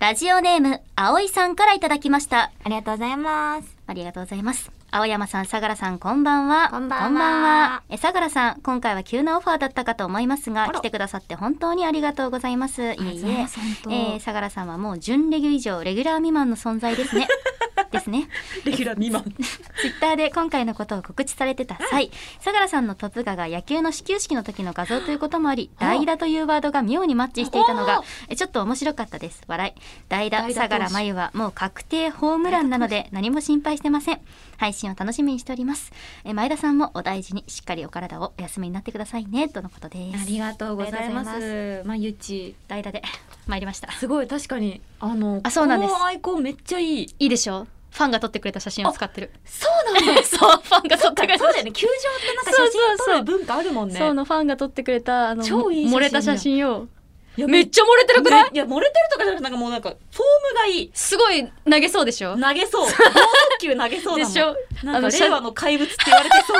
ラジオネーム、葵さんからいただきました。ありがとうございます。ありがとうございます。青山さん、相良さん、こんばんは。こんばんはえ、相良さん、今回は急なオファーだったかと思いますがあ、ら来てくださって本当にありがとうございます。いえりがとうごいざいえます本。当えー、相良さんはもう準レギュ以上、レギュラー未満の存在 ですね。ですね。レギュラー未満。ツイッターで今回のことを告知されてた際、相良さんのトップ画が野球の始球式の時の画像ということもあり、あ代打というワードが妙にマッチしていたのおがー、えちょっと面白かったです。笑い。代打、代打投手相良真由はもう確定ホームランなので何も心配してません。配信を楽しみにしております。え前田さんもお大事にしっかりお体をお休みになってくださいね、とのことであす。りがとうございまありがとうござす。まあゆっち、代打で参りました。すごい確かにあのあそうなんですこのアイコンめっちゃいい。いいでしょうファンが撮ってくれた写真を使ってる。そうなんだ。 そう、ファンが撮ってくれたそうだよね。球場ってなんか写真撮る文化あるもんね。そうのファンが撮ってくれたあの超いい写真だ漏れた写真をいやめっちゃ漏れてるくないいや漏れてるとかじゃなくてなんかもうなんかフォームがいい。すごい投げそうでしょ投げそう。剛速球投げそうだもん。でしょなあんのか写令和の怪物って言われてそう。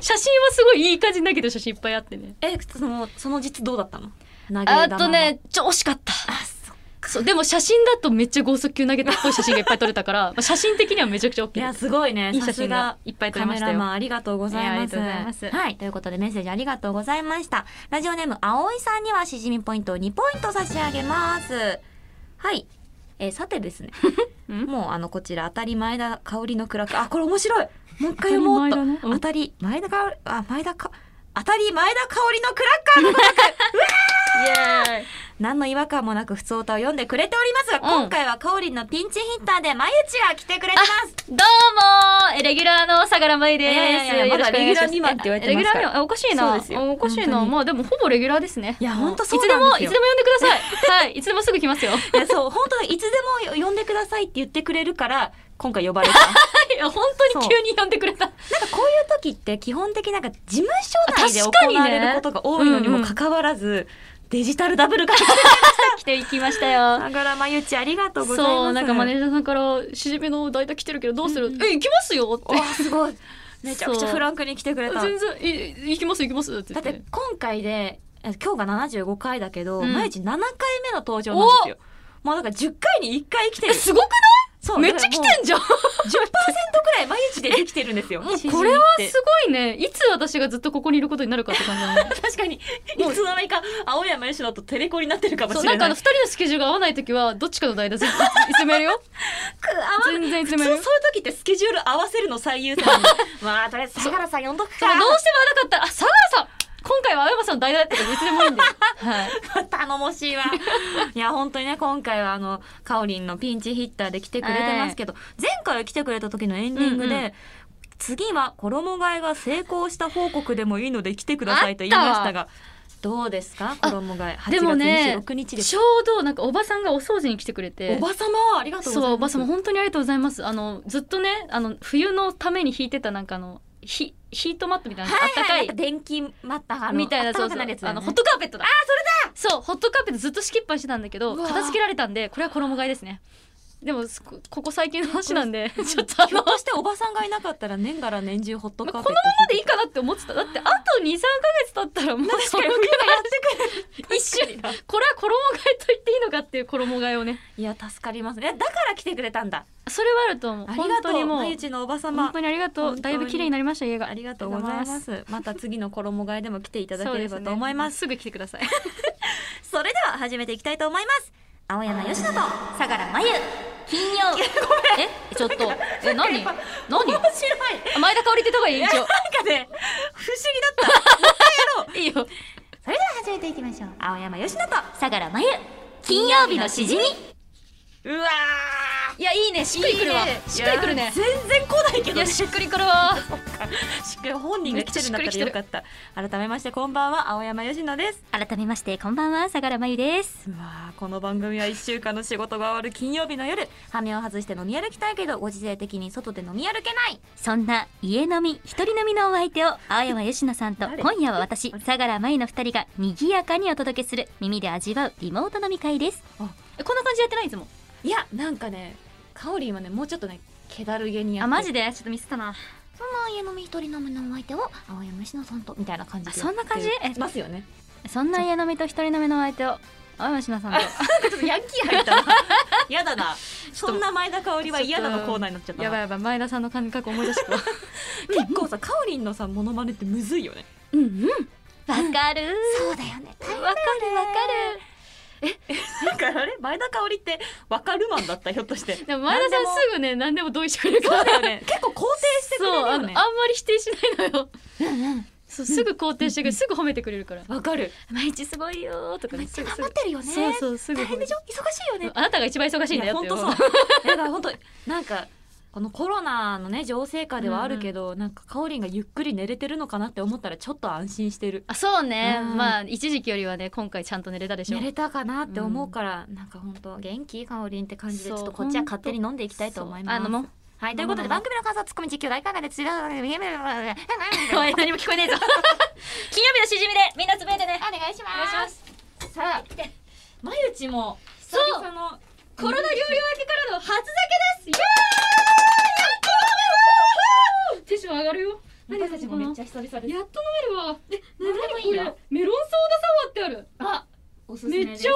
写真はすごいいい感じに投げてる写真いっぱいあってね えそのその実どうだったの？投げあ玉とねちょ惜しかったあそうそうでも写真だとめっちゃ剛速球投げたっぽい写真がいっぱい撮れたからまあ写真的にはめちゃくちゃ OK いでやすすごいね。いい写真がいっぱい撮れましたカメラよマンありがとうございいます。やありがとうございますはい。ということでメッセージありがとうございました。ラジオネーム葵さんにはしじみポイントを2ポイント差し上げます。はい。えーさて ですね。うんもうあのこちら当たり前田香織の暗くあこれ面白い。もう一回読もうと当たり前だねうん当たり前田香織あ前田か当たり前田香織のクラッカーの 暗く何の違和感もなく普通歌を読んでくれておりますが、うん今回は香織のピンチヒッターでまゆちが来てくれてます。どうもレギュラーの相良舞ですいやいやいやよろしくお願いしまだレギュラー未満って言われてレギまュすラーか未ら満あおかしいなそうですよあおかしい本な当にまあでもほぼレギュラーですねいやも本当そうなんですよいつでもいつでも呼んでくだ さいはいいつでもすぐ来ますよいやそう本当にいつでも呼んでくださいって言ってくれるから今回呼ばれ たなんかいや本当に急に呼んでくれた。こういう時って基本的になんか事務所内で行われることが多いのにもかかわらず、デジタルダブルが来て来ていきましたよ。ながらまゆちありがとうございますそうなんかマネージャーさんから「しじみの代打来てるけどどうする?」え行きますよ」っおてーすごいめちゃくちゃフランクに来てく れた全然い「行きます行きます」ってだ言っってて今回でえ今日が75回だけど、うんまゆち7回目の登場なんですよもうだから10回に1回来てえるすごくそなういめっちゃ来てんじゃんだからもう10%くらいまゆちでできてるん ですよもう縮みっ てこれはすごいねいつ私がずっとここにいることになるかって感じだね 確かにいつの間にか青山由志乃とテレコになってるかもしそれうないなんかあの2人のスケジュールが合わない時はどっちかの代打全然いつめ るよあ全然いつ普通めそうるいうよ時ってスケジュール合わせるの最優先まあとりあえず相良さん呼んどくかそうどうしても会わなかったら「あ相良さん今回は青山さんの代打だったから別でもいいんで」はい頼もしいわいや本当にね今回はあのかおりんのピンチヒッターで来てくれてますけど、前回来てくれた時のエンディングで、うんうん次は衣替えが成功した報告でもいいので来てくださいと言いましたがどうですか衣替え8でもね月26日 ですちょうどなんかおばさんがお掃除に来てくれておばさまありがとうございますそうおばさん本当にありがとうございますあのずっとねあの冬のために引いてたなんかあのヒヒートマットみたいなあったかはいはいいなん電気マッターあのみたいなあったそうそかくうなるやつだあよねのホットカーペットだあそれだそうホットカーペットずっと敷きっぱにしてたんだけどうわー片付けられたんでこれは衣替えですねでもすこここ最近の話なんで ちょっとあひょのっとしておばさんがいなかったら年がら年中ホットカーペットこのままでいいかなって思ってただってあと23か月経ったらもうそのくらい 一瞬これは衣替えと言っていいのかっていう衣替えをねいや助かりますねいやだから来てくれたんだそれはあると思うありが本と当うにもうまゆちのおばさま本当にありがと本当うにだいぶ綺麗になりました家がありがとうございますすまた次の衣替えでも来ていただければと思いますす,、ぐ来てくださいそれでは始めていきたいと思います青山よしと相良真由 金曜えちょっとえ何何面白いあ前田香織ってとこがいいいや一なん応かね不思議だった いいよそれでは始めていきましょう青山よしと相良真由金曜日のしじみうわいやいいねしっくりくるわいいねしっくりくるいやね全然来ないけいどやねしっくりくるわしっかり本人が来てるんだったらよかった改めましてこんばんは青山よしのです改めましてこんばんは相良真由ですうわーこの番組は1週間の仕事が終わる金曜日の夜羽目を外して飲み歩きたいけどご時世的に外で飲み歩けないそんな家飲み一人飲みのお相手を青山佳乃さんと誰今夜は私相良真由の二人が賑やかにお届けする耳で味わうリモート飲み会ですあえこんな感じでやってないいつもいやなんかねカオリンはねもうちょっとね気だるげにやってあマジでちょっとミスったなその家飲み一人飲むのお相手を青山よしのさんとみたいな感じであそんな感じやってますよ ねそんな家飲みと一人飲みのお相手を青山佳乃さんとちょっとヤンキー入ったな嫌だな。そんな前田香織は嫌だちょっのとコーナーになっちゃったやばいな。やばい前田さんの感覚思い 出したわ結構さ、かおりんのさ、モノマネってむずいよね。うんうんわかるうだよね。わかるわかだからあれ前田香織ってわかるマンだったひょっとして。るでも前田さん何すぐね何でも同意してくれるかでもそうらだよね。 結構肯定してくれるそうよあのあんね。まり否定しないのよそうすぐ肯定してくれるすぐ褒めてくれるからわかる。毎日すごいよーとかねすぐすぐてるよそうそうすぐ大変でしょ忙しいよねあなたが一番忙しいんだよっ本て当そう。い やだから本当なんかこのコロナのね情勢下ではあるけど、なんかかおりんがゆっくり寝れてるのかなって思ったらちょっと安心してる。あそうね、うんまあ一時期よりはね今回ちゃんと寝れたでしょ寝れたかなって思うから、なんか本当元気かおりんって感じでちそうょっとこっちは勝手に飲んでいきたいと思います。そうあのもう はいということでまあ番組の感想ツッコミ実況大会がでついだゲームおい何も聞こえねえぞ金曜日のしじみでみんなつぶやいてねお願いしお願いしまます。さあまゆちもそう久々のコロナ療養明けからの初酒ですイエーイテンション上がるよ私たちもめっちゃゃ久々です。やっと飲めるわえ何でもいい何よこれメロンソーダサワーってあおすあるめっちゃ美味し見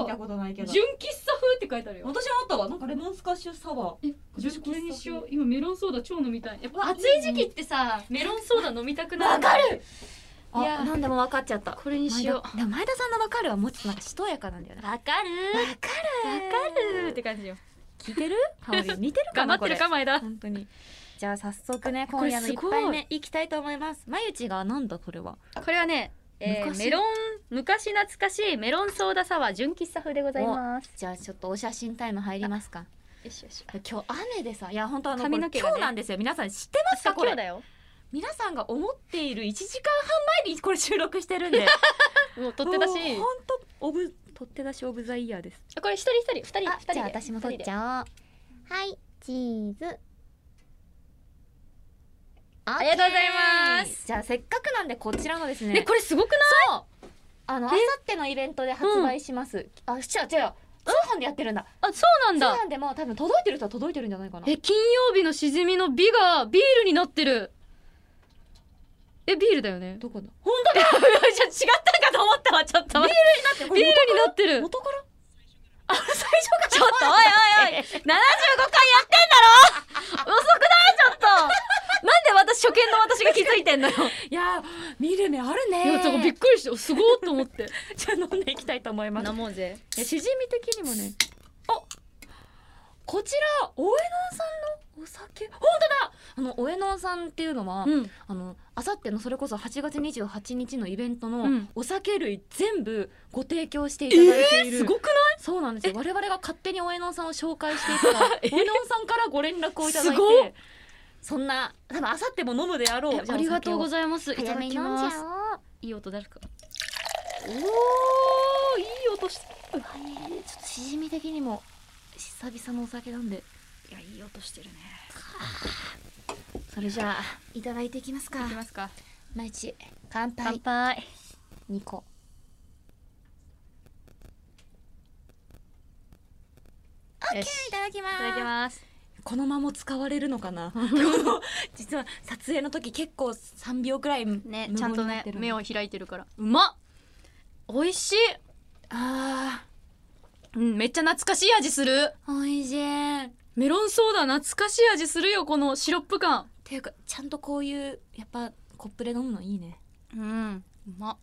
そたうことないけど。純喫茶風って書いてあるよ私もあったわなんかレモンスカッシュサワーえ純喫茶風これにしよう今メロンソーダ超飲みたいやっわぱ暑い時期ってさメロンソーダ飲みたくなるるいやあなんでも分かっちゃったこれにしよ前田でも前田さんの分かるはもうちょっとなんかしとやかなんだよねうわかる分かるわかるって感じよ聞いてる香り似てるか頑張なってるかこ前れだ本当にじゃあ早速ねこ今れ夜のす一ごい杯目いきたいと思いますまゆちがなんだこれはこれはね、えー昔メロン昔懐かしいメロンソーダサワー純喫茶風でございます。じゃあちょっとお写真タイム入りますかよしよし。今日雨でさいや本当あの髪の毛がねこれ今日なんですよ皆さん知ってますかこ今日れだよ。皆さんが思っている1時間半前にこれ収録してるんでもう取って出し。もう 本当オブ取って出しオブザイヤーですこれ一人一人二人あ二人じゃあ私も取っちゃう。ゃおうはいチーズありがとうございますじゃあせっかくなんでこちらのですねねこれすごくない？あのあえさってのイベントで発売します、あ違う違う通販でやってるんだあそうなん通だ。販でもう多分届いてる人は届いてるんじゃないかなえ金曜日のしじみの美がビールになってる。えビールだよね。どこだ本 当だ。じゃ違ったかと思ったわちょっと。ビールにだってこビールれになってる。元からあ最初から。ちょっとおいおいおい。75回やってん だろ。遅くないちょっと。なんで私初見の私が気づいてんのよ。いやー見る目あるねいやちょっとびっくりしてすごーっと思って じゃあ飲んでいきたいと思いますもうぜいやしじみ的にもねあこちらおえのんさんのお酒本当だあのおえのんさんっていうのは、うんあのあさってのそれこそ8月28日のイベントうのんお酒類全部ご提供していただいている、くなそうなんですよ我々が勝手におえのんさんを紹介していたらえお えのんさんからご連絡をいただいすごてそんな多分あさっても飲むであろうありがとうございざいますいた早だめにき飲んまじすゃいい音出るかおおいい音しておうはいちょっとしじみ的にも久々のお酒なんでいやいい音してるねそれじゃあいただいていきますかいきますか毎日乾杯乾杯2個オッケーよいしただきまいただきすますこのまま使われるのか なこの実は撮影の時結構3秒くらいね無ちゃん言とになっねてる目を開いてるからうまっ美味しいあうんめっちゃ懐かしい味するーおいしいっメロンソーダ懐かしい味するよこのシロップ感ていうかちゃんとこういうやっぱコップで飲むのいいねうんうまっ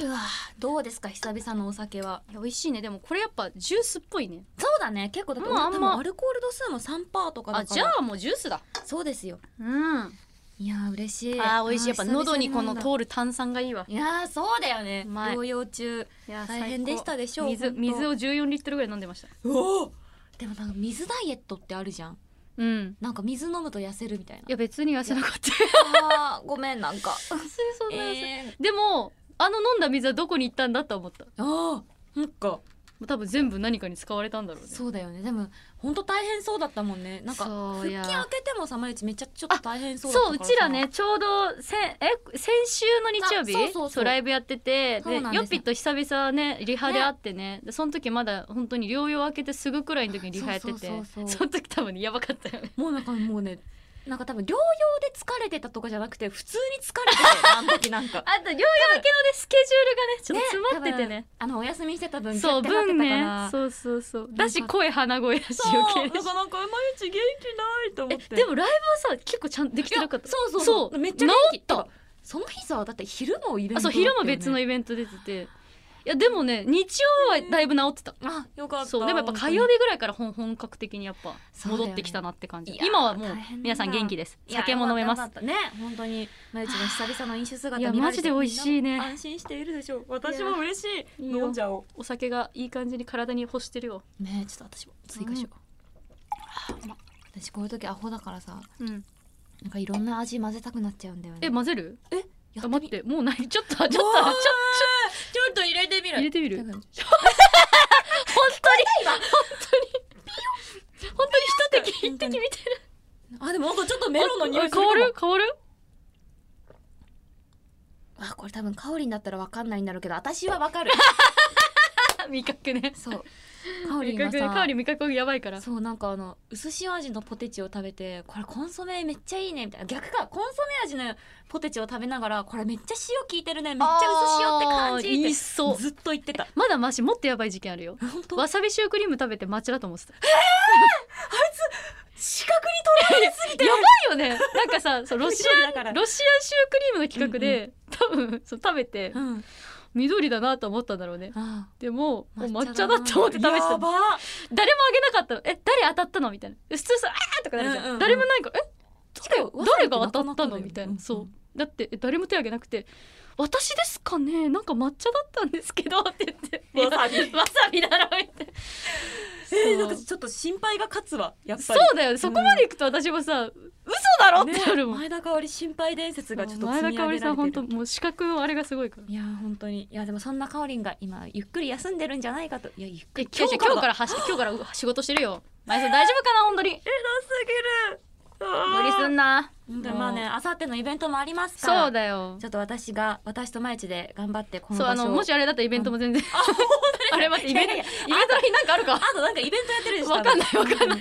うわどうですか久々のお酒はいや美味しいねでもこれやっぱジュースっぽいねそうだね結構だってもうあんま多分アルコール度数も3%とかだからあじゃあもうジュースだそうですようんいやー嬉しいあー美味しいやっぱー久々喉にこの飲んだ通る炭酸がいいわいやーそうだよねうまい療養中大変でしたでしょう水本当水を14リットルぐらい飲んでましたでもなんか水ダイエットってあるじゃんうんなんか水飲むと痩せるみたいないや別に痩せなかった あーごめんなんかそんな痩せえー、でもあの飲んだ水はどこに行ったんだと思ったもあーなんかう多分全部何かに使われたんだろうねそうだよねでも本当大変そうだったもんねなんかそ腹う筋いや開けてもさまゆちめっちゃちょっと大変そうだったそうからうさちらねちょうどせんえ先週の日曜日あそうそうそうライブやっててそうなんですヨよッピーと久々ねリハで会ってねでその時まだ本当に療養明けてすぐくらいの時にリハやっててそうそうそうそうの時多分ねやばかったよねもうなんかもうねなんか多分療養で疲れてたとかじゃなくて普通に疲れててあの時なんか あと療養明けのねスケジュールがねちょっと詰まっててねあのお休みしてた分ギュそッうてなってた文かねらそうそうそうかだし声鼻声だしそう余計でなしかなか毎日元気ないと思ってえでもライブはさ結構ちゃんできてなかったそうそうそうめっちゃ元気治ったてかその日さだって昼もイベントあそう昼も別のイベント出てていやでもね日曜はだいぶ治ってたあよかったそうでもやっぱ火曜日ぐらいから本本格的にやっぱ戻ってきたなって感じ、そうだよね今はもいうやー大変だ皆さん元気ですいや酒も飲めまよすかったよかったね本当にまゆちの久々の飲酒姿いや見られてマジで美味しいねみんなも安心しているでしょう私も嬉しいいやいいよ飲んじゃおお酒がいい感じに体に干してるようねえちょっと私も追加しよう、うん私こういう時アホだからさうんなんかいろんな味混ぜたくなっちゃうんだよねえ混ぜるえやあてみ待ってもうないちょっとちょっとちうょわっーとちょっと入れてみる入れてみる多分本当に本当に本当に一滴一滴見てるあでもなんかちょっとメロンの匂いするか変もわる変わるあこれ多分カオリンだったらわかんないんだろうけど私はわ かるあ味覚ねそうカオリ味ンが覚さ香り味覚やばいからそうなんかあの薄塩味のポテチを食べてこれコンソメめっちゃいいねみたいな逆かコンソメ味のポテチを食べながらこれめっちゃ塩効いてるねめっちゃ薄塩って感じあー言いっそうてずっと言ってたまだマシもっとやばい事件あるよ本当わさびシュークリーム食べて抹茶だと思ってた視覚に やばいよねなんかさそうロシ緑アだからンロシアンシュークリームの企画で、多分そう食べてとうん緑だなと思ったんだろうねあでももうー抹茶だと思って食べてたや誰もばあげなかったのえ誰当たったのみたいなえ普通さ「あー!」とかなるじゃん,、うんうんうん誰もないから「え誰しかも誰が当たったわさびってなかなかだの?」よねみたいうんうなんそうだってえ誰も手あげなくて「私ですかねなんか抹茶だったんですけど」って言って「わさびいやわさびだろ」みたいなえー、そなうんかちょっと心配が勝つわやっぱそりうだよねそこまでいくと私もさ、嘘だろってなるもん、前田香織心配伝説がちょっと前積み上げ田香られ織てるさん本当もう資格のあれがすごいからいやー本当にいやでもそんな香織が今ゆっくり休んでるんじゃないかといやゆっくえり今日今日から ら走今日から仕事してるよ前さん大丈夫かな本当に偉すぎる無理すんなうんでもまあね、あさってのイベントもありますから。そうだよちょっと私が、私とまゆちで頑張って、このそう場あ所を。のもしあれだったらイベントも全然あれ待ってイベントいイやベいンやトになんかあるかあとなんかイベントやってるでしょ。わかんない多わ分かんない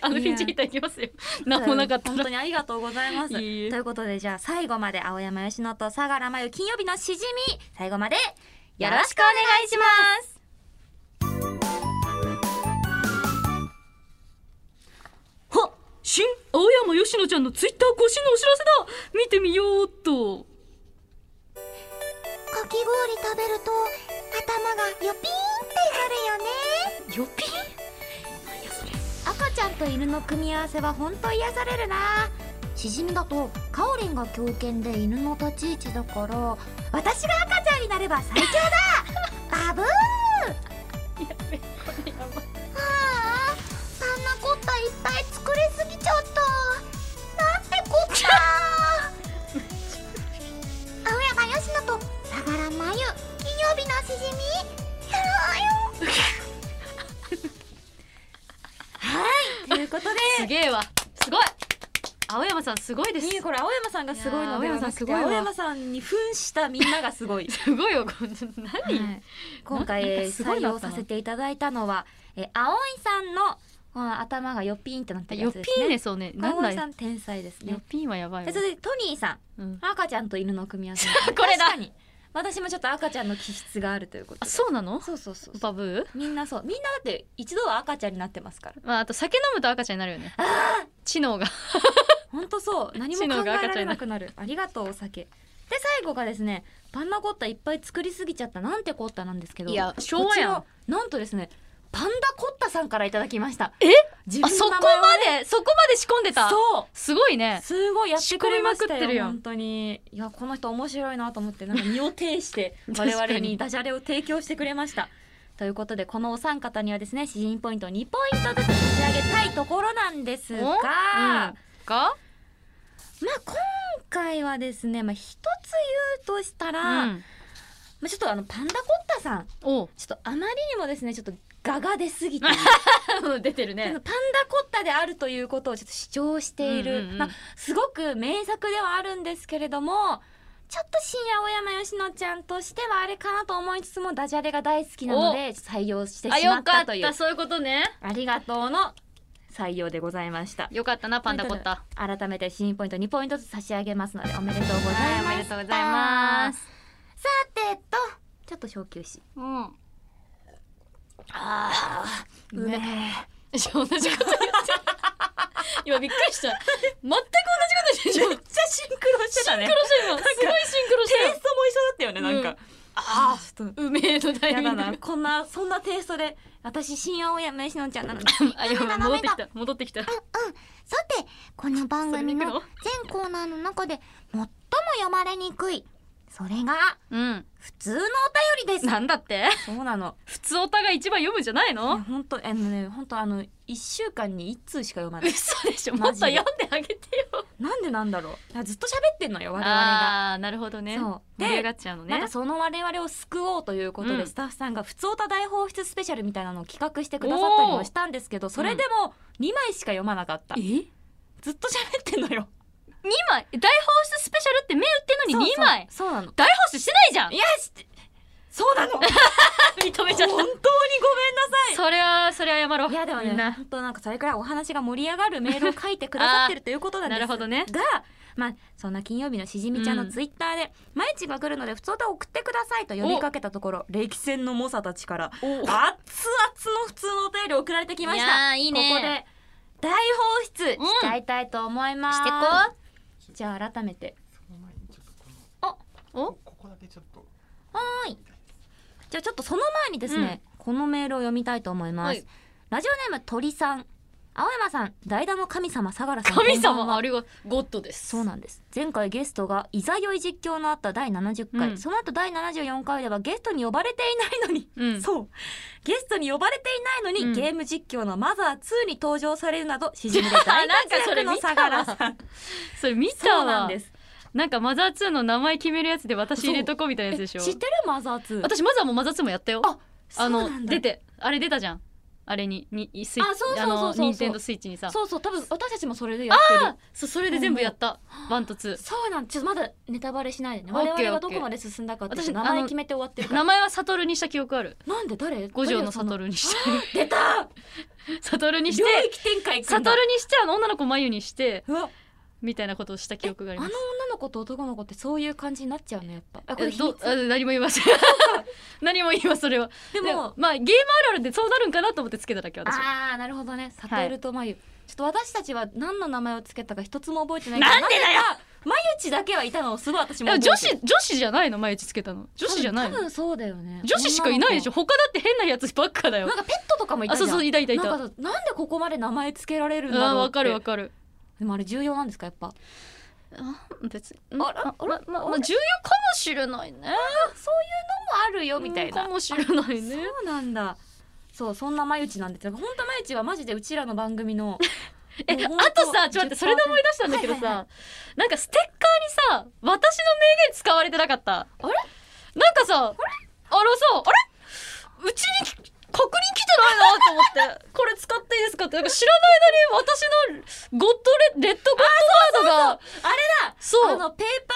あのいやピンチヒッターいきますよなんもなかった本当らにありがとうございます。いいえということで、じゃあ最後まで青山佳乃と相良真由金曜日のしじみ、最後までよろしくお願いします。は新青山佳乃ちゃんのツイッター更新のお知らせだ見てみようっとかき氷食べると頭がよぴーんってなるよねよぴん赤ちゃんと犬の組み合わせは本当癒されるなしじみだとかおりんが狂犬で犬の立ち位置だから私が赤ちゃんになれば最強だバブーやべこれやばいああパンナコッタいっぱい作りすぎちゃったなんてこっちゃ青山佳乃と相良真由金曜日のしじみあーよ はい、ということで。すげえわすごい青山さんすごいですいいこれ青山さんがすごいのでいやーはなくて青山さんすごいわ青山さんに扮したみんながすごいすごいよこんな何、はい 今回なんかすご採いのあ用ったさなせていただいたのはえー青井さんのこの頭がよぴんってなってるやよつですぴーねねそうねこれなんだ青井さよん天才ですねよぴーはやばいでわそ、れでトニーさうんん赤ちゃんと犬の組み合わせこれだ 確かに私もちょっと赤ちゃんの気質があるということあでそうなのそうそうそうバブみんなそうみんなだって一度は赤ちゃんになってますからーまああと酒飲むと赤ちゃんになるよね知能がほんとそう何も考えられなくなるありがとうお酒で最後がですねパンナコッタいっぱい作りすぎちゃったなんてコッタなんですけどいや昭和やんこちらなんとですねパンダコッタさんからいただきましたえ自あ分そのこま名前をねでそこまで仕込んでたそうすごいねすごいやってくれました仕込みまくってよるやん本当にいやこの人面白いなと思ってなんか身を挺して 我々にダジャレを提供してくれましたということでこのお三方にはですね詩人ポイント2ポイントずつ差し上げたいところなんですが、おまあうんか今回はですねまあ一つ言うとしたうら、まんあちょっとあのパンダコッタさんおちょっとあまりにもですねちょっとガが出す ぎてる出てるそのパンダコッタであるということをちょっと主張している、うんうんうんまあ、すごく名作ではあるんですけれどもちょっと新青山佳乃ちゃんとしてはあれかなと思いつつもダジャレが大好きなので採用してあしまよっかたっというたそういうことねありがとうの採用でございましたよかったなパンダコッタ改めて新ポイント2ポイントずつ差し上げますのでおめでとうござはいいおまめすでとうございますさてとちょっと小休止うんあーうめええ 私同じこと言ってる今びっくりした全く同じこと言ってるじゃんめっ ちゃシンクロしてたねシンクロした今すごいシンクロしテイストも一緒だったよねなんか、うんああちょっとたようめえの タイやミだングなこんなそんなテイストで私新青山しのちゃんなのにあやばい戻ってきた戻ってきたさてこの番組の全コーナーの中で最も読まれにくいそれがうん普通のお便りですなんだってそうなの普通お互い一番読むんじゃないいやの本当あのね本当あの一週間に一通しか読まない嘘でしょもマっとジで読んであげてよなんでなんだろうだからずっと喋ってんのよ我々がああーなるほどねそうで盛り上がっちゃうのなんねかその我々を救おうということで、うんスタッフさんが「ふつおた大放出スペシャル」みたいなのを企画してくださったりもしたんですけどそれでも2枚しか読まなかった、えずっと喋ってんの よ二枚大放出スペシャルって目打ってんのに2枚そうそうそうなの大放出してない じゃんいやしそうなの本認めち当ゃっにごめん なさい たそれはそれは謝ろいうやでもみねんな本当なんかそれくらいお話が盛り上がるメールを書いてくださってるということなんでなするほどねが、まあ、そんな金曜日のしじみちゃんのツイッターで「毎日が来るので普通歌送ってください」と呼びかけたところ歴戦の猛者たちから熱々の普通のお便り送られてきましいたやーいいねここで大放出したいたいと思います、してこうじゃあ改めてその前にちょっとこのおこここだけちょっとじゃあちょっとその前にですね、このメールを読みたいと思います、はいラジオネーム鳥さん青山さん代打の神様相良さん神こんばんは様あれはゴッドですそうなんです前回ゲストがいざ酔い実況のあった第70回、うんその後第74回ではゲストに呼ばれていないのに、うんそうゲストに呼ばれていないのに、うんゲーム実況のマザー2に登場されるなど詩人で大 なんか活それ躍の見た相良さん それ見たわそうなんですなんかマザー2の名前決めるやつで私入れとこうみたいなやつでしょ知ってるマザー2私マザーもマザー2もやったよああそうなのんだ出てあれ出たじゃんあれににスイッチあそうそうそうあのそうそうニンテンドスイッチにさそうそう多分私たちもそれでやってるあそうそれで全部やったワンとツーそうなんちょっとまだネタバレしないでねオッケ我ー々オッケーがどこまで進んだかって私名あ前の決めて終わってるから名前はサトルにした記憶あるなんで誰 五条のサ誰トよルにして その出たサト ルにし領て域展開行くサんだトルにしてあの女の子眉にしてうわみたいなことをした記憶があありのます女の子と男の子ってそういう感じになっちゃうのやっぱあこれえ秘ど密あ何も言いません何も言いませんそれはでもまあゲームあるあるでそうなるんかなと思ってつけただけ私はああなるほどねサトルとマユ、ちょっと私たちは何の名前をつけたか一つも覚えてないけどなんでだよなぜかマユチだけはいたのをすごい私もでも覚えて女子女子じゃないの毎日つけたの女子じゃない多の分多分そうだよね女子しかいないでしょ女の他だって変なやつばっかだ子よなんかペットとかもいたあじそゃうんそういたいたいなたんかさなんでここまで名前つけられるんだろうってあわかるわかるでもあれ重要なんですかやっぱあ別にあらままま重要かもしれないねあるよみたいな、かもしれないねそうなんだそうそんなまゆちなんですよ本当まゆちはマジでうちらの番組の えもうほんあとさちょっと待ってそれで思い出したんだけどはいはいさなんかステッカーにさ私の名言使われてなかったあれなんかさあれさあれうちに確認来てないなと思って これ使っていいですかってなんか知らない間に私のゴッドレレッドゴッドワードがあれだそうあのペーパ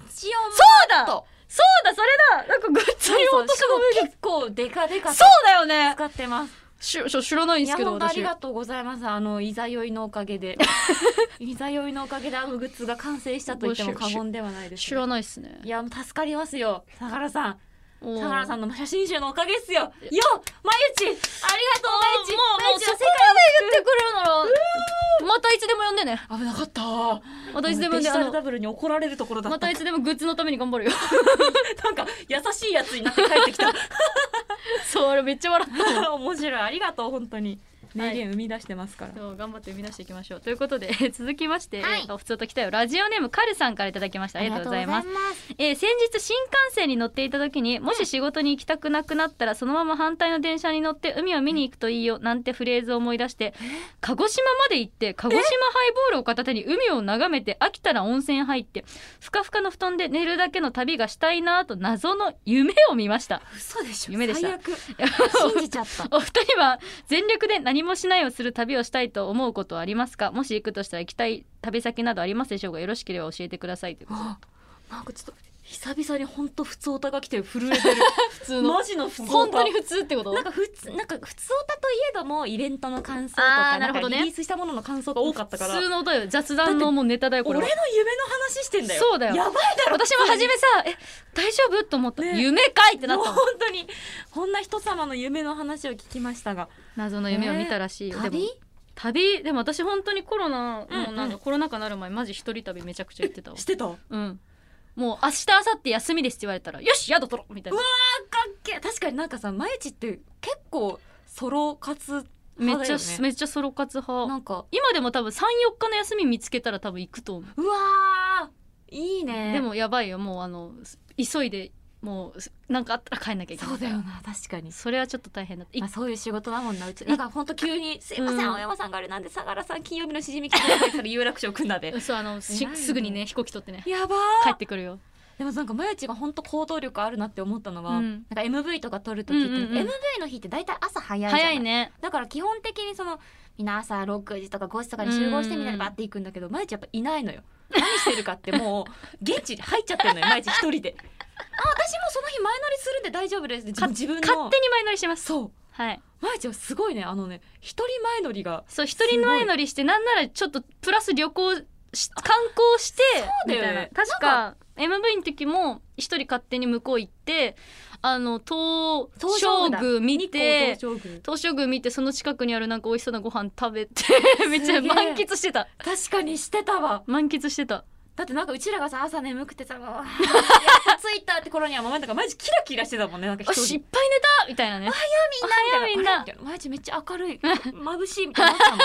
ーランチオンそうだマットそうだそれだなんかグッズにそう落としし込かも結構デカデカそとうだよね使ってますししょ知らないんいですやけど本当あ私りがとうございますあのいざ酔いのおかげ でいざ酔いのおかげであのグッズが完成したと言っても過言ではないです知らないっすねいやもう助かりますよ相良さん相相良さんんの写真集のおかげですよよまゆちありがとうまゆちもうまもゆうちの世そこまで界言ってくれるならまたいつでも呼んでね危なかったまたいつでも呼デジんでタあルダのブルに怒られるところだった、またいつでもグッズのために頑張るよなんか優しいやつになって帰ってきたそうあれめっちゃ笑っ 面白いありがとう本当に名言生み出してますから、たそう頑張って生み出していきましょうということで続きまして、はいえーと普通と来たよラジオネームカルさんからいただきましたありがとうございますすえー先日新幹線に乗っていた時にもし仕事に行きたくなくなったらそのまま反対の電車に乗って海を見に行くといいよなんてフレーズを思い出して鹿児島まで行って鹿児島ハイボールを片手に海を眺めて飽きたら温泉入ってふかふかの布団で寝るだけの旅がしたいなぁと謎の夢を見ま した嘘でしょ夢でした最悪いや 信じちゃったお二人は全力で何もしないをする旅をしたいと思うことはありますかもし行くとしたら行きたい旅先などありますでしょうかよろしければ教えてくださいということでなんかちょっと久々に本当普通オタが来て震えてる普通のマジ の普通オタ本当に普通ってことなんか普通なんか普通オタといえどもイベントの感想とあかなーなるんほかどリねリースしたものの感想が多かったから、普通の歌よ雑談のもうネタだよこ俺れのは夢の話してんだよそうだよやばいだろ私も初めさ「え大丈夫?」と思った、ね夢かいってなもっうた本もん当にこんな人様の夢の話を聞きましたが謎の夢を見たらしいよ、でも旅旅でも私本当にコロナのなんうんか、うんコロナ禍になる前マジ一人旅めちゃくちゃ行ってたわしてたかっうんもう明日明後日休みですって言われたらよし宿取ろうみたいなけ確かになんかさまゆちって結構ソロ活め派っだちよゃ、ねめっちゃソロ活な派んか今でも多分34日の休み見つけたら多分行くと思う、うわーいいねでもやばいよもうあの急いでもうすなんかあったら帰んなきゃいけないそうだよな確かにそれはちょっと大変だったいまあ、そういう仕事だもんなうちなんか本当急に「すいません、うん青山さんがあれなんで相良さん金曜日のしじみ来てください」から有楽町組んだでそうあのし偉いねすぐにね飛行機取ってね やば帰ーってくるよでもなんかまゆちが本当行動力あるなって思ったのは、うんなんか MV とか撮るときって、うんうんうん MV の日って大体朝早いじゃない早いねだから基本的にそのみんな朝6時とか5時とかに集合してうんみんなでバッて行くんだけどまゆちやっぱいないのよ何してるかっても う現地に入っちゃってるのよまゆち一人であ私もその日前乗りするんで大丈夫です自分自分の勝手に前乗りしてますそうはいまゆちはすごいねあのね一人前乗りがそう一人前乗りしてなんならちょっとプラス旅行し観光してうだみよたいねな確か MV の時も一人勝手に向こう行ってあの東照宮見て日光東照宮東照宮見てその近くにあるなんか美味しそうなご飯食べて めっちすげゃえ満喫してた確かにしてたわ満喫してただってなんかうちらがさ朝眠くて さ「わーやっと着いた」って頃にはもうなんかマジキラキラしてたもんねなんか一よしい人っぱい寝たみたいなねおはようみんなあれみたいなマジめっちゃ明るい眩しいみたいになったの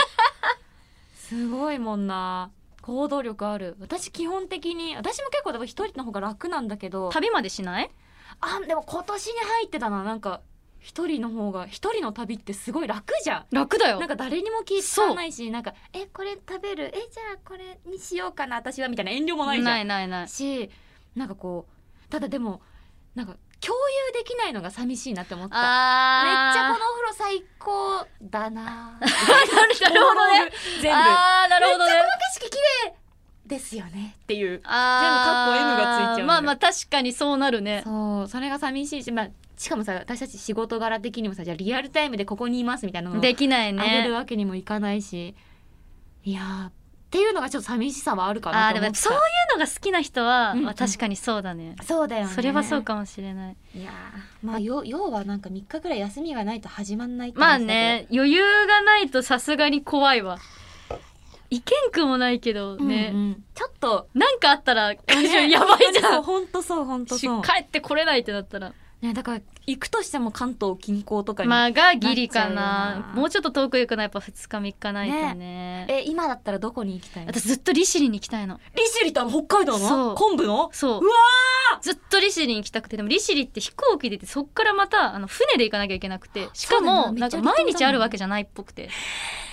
すごいもんな行動力ある私基本的に私も結構でも一人の方が楽なんだけど旅までしないあでも今年に入ってたななんか一人の方が一人の旅ってすごい楽じゃん楽だよなんか誰にも気使わないしなんか「えこれ食べるえじゃあこれにしようかな私は」みたいな遠慮もないじゃんないないないしなんかこうただでもなんか共有できないのが寂しいなって思っためっちゃあこのお風呂最高だなぁーなるほどね全部あーなるほどね景色綺麗ですよねっていうあー全部カッコ M がついちゃうんだよまあまあ確かにそうなるねそうそれが寂しいしまあしかもさ私たち仕事柄的にもさじゃあリアルタイムでここにいますみたいなのをできないあげるねわけにもいかないしいやーっていうのがちょっと寂しさはあるかあなとーで思っもたそういうのが好きな人は、うんうんまあ確かにそうだねそうだよねそれはそうかもしれないいやーまあよ要はなんか3日くらい休みがないと始まんないってまあ話だけどね余裕がないとさすがに怖いわいけんくもないけどね、うんうんちょっとなんかあったら やばいじゃ ん本当そう本当しそう帰ってこれないってなったらねだから行くとしても関東近郊とかに、まあがギリかなっなちゃうよなもうちょっと遠く行くのはやっぱ2日3日ないとねえ今だったらどこに行きたいの私ずっと利尻に行きたいの利尻ってあの北海道そうの昆布のそううわずっと利尻に行きたくてでも利尻って飛行機出てそっからまたあの船で行かなきゃいけなくてしかもそうなだんよねめっかちゃ離島だも毎んね日あるわけじゃないっぽくて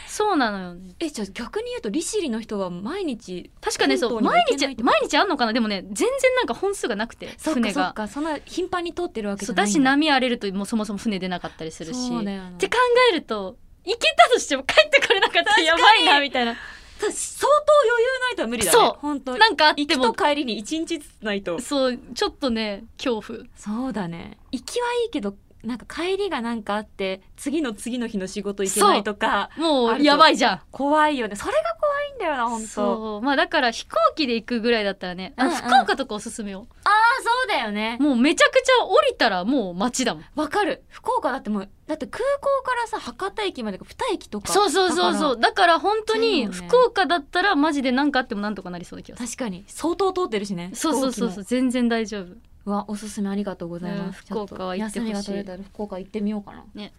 そうなのよねえじゃあ逆に言うと利尻の人は毎日確かねそう本島に毎は行け日ないってこと毎日あんのかなでもね全然なんか本数がなくてそっか船そっがかそんな頻繁に通ってるわけじゃそうないだんし波荒れるともうそもそも船出なかったりするしそうだっよなて考えると行けたとしても帰ってこれなかったらやばいなみたいなそう相当余裕ないと無理だねそう本当なんかあっ行てきもと帰りに一日ずつないとそうちょっとね恐怖そうだね行きはいいけどなんか帰りがなんかあって次の次の日の仕事行けないとかもあるうとやばいじゃん怖いよねそれが怖いんだよな本当そうまあだから飛行機で行くぐらいだったらね、あうんうん福岡とかおすすめよあそうだよねもうめちゃくちゃ降りたらもう街だもんわかる福岡だってもうだって空港からさ博多駅までが2駅とかそうそうそだうかそらうだから本当にそうよね福岡だったらマジで何かあってもなんとかなりそうな気がする確かに相当通ってるしねそうそうそうそうう全然大丈夫わおすすめありがとうございます、うん福岡は行ってほしいちょと休みが取れたら福岡行ってみようかなね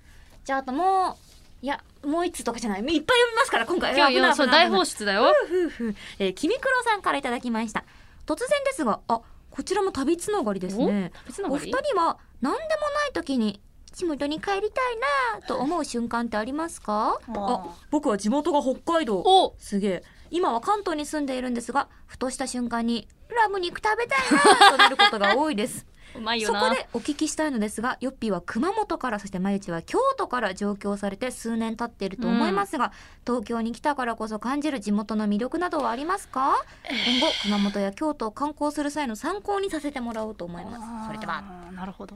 じゃああともういやもう一つとかじゃないいっぱい読みますから今回今日危なよい危そうない大危ない放出だよふうふうえー、君黒さんからいただきました突然ですがあこちらも旅つながりですねお別のお方が二いい人は何でもない時に地元に帰りたいなぁと思う瞬間ってありますかあ僕は地元が北海道おすげえ今は関東に住んでいるんですがふとした瞬間にラム肉食べたいなとなることが多いですうまいよそなこでお聞きしたいのですがヨッピーは熊本からそしてまゆちは京都から上京されて数年経っていると思いますが、東京に来たからこそ感じる地元の魅力などはありますか今後熊本や京都を観光する際の参考にさせてもらおうと思いますそれではあーなるほど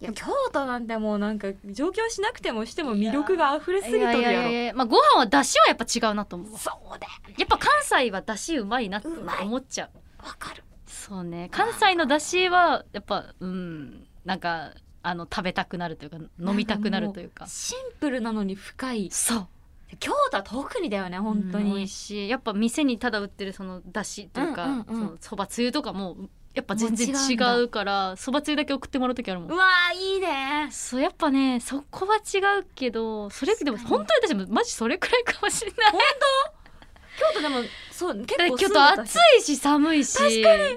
いや京都なんてもうなんか上京しなくてもしても魅力が溢れすぎといるややろいやいやいやまあご飯は出汁はやっぱ違うなと思うわそうだやっぱ関西は出汁うまいなって思っちゃうわかるそうね関西の出汁はやっぱうんなんかあの食べたくなるというか飲みたくなるというかシンプルなのに深いそう京都は特にだよね本当うん美に味しいやっぱ店にただ売ってるその出汁というか、うんうんうんそのそばつゆとかもやっぱ全然もう違う違んだうからそばつゆだけ送ってもらう時あるもんうわーいいねそうやっぱねそこは違うけどそれでも確かに本当に私もマジそれくらいかもしれない京都でもそう結だって構住京んで都た暑いし寒いし住みや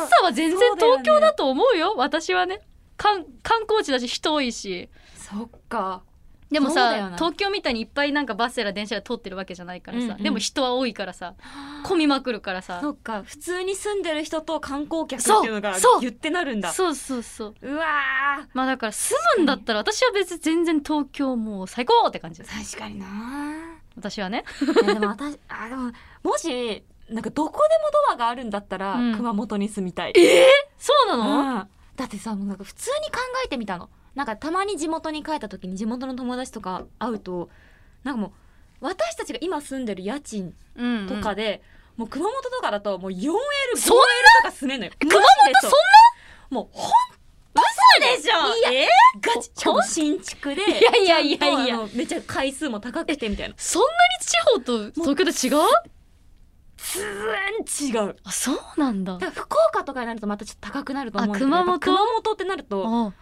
すさは全然そうだよね東京だと思うよ私はね観観光地だし人多いしそっかでもそうだよさな東京みたいにいっぱいなんかバスやら電車が通ってるわけじゃないからさ、うんうんでも人は多いからさ混みまくるからさそっか普通に住んでる人と観光客ってそういうのがそう言ってなるんだそうそうそううわまあだから住むんだったら私は別に全然東京もう最高って感じですー確かにな 私はねいやでも私あでももしなんかどこでもドアがあるんだったら、うん熊本に住みたいそうなの、うんだってさもうなんか普通に考えてみたのなんかたまに地元に帰った時に地元の友達とか会うとなんかもう私たちが今住んでる家賃うんうんとかで、もう熊本とかだともう 4L5L そんとか住めんのよ熊本そんなもうほん嘘でしょいや、えガチしかも新築でいやいやいやいやちゃんとあのめっちゃ回数も高くてみたいなそんなに地方と東京と違う全然違うあそうなんだだから福岡とかになるとまたちょっと高くなると思うんだけどあ熊本やっぱ熊本ってなるとあ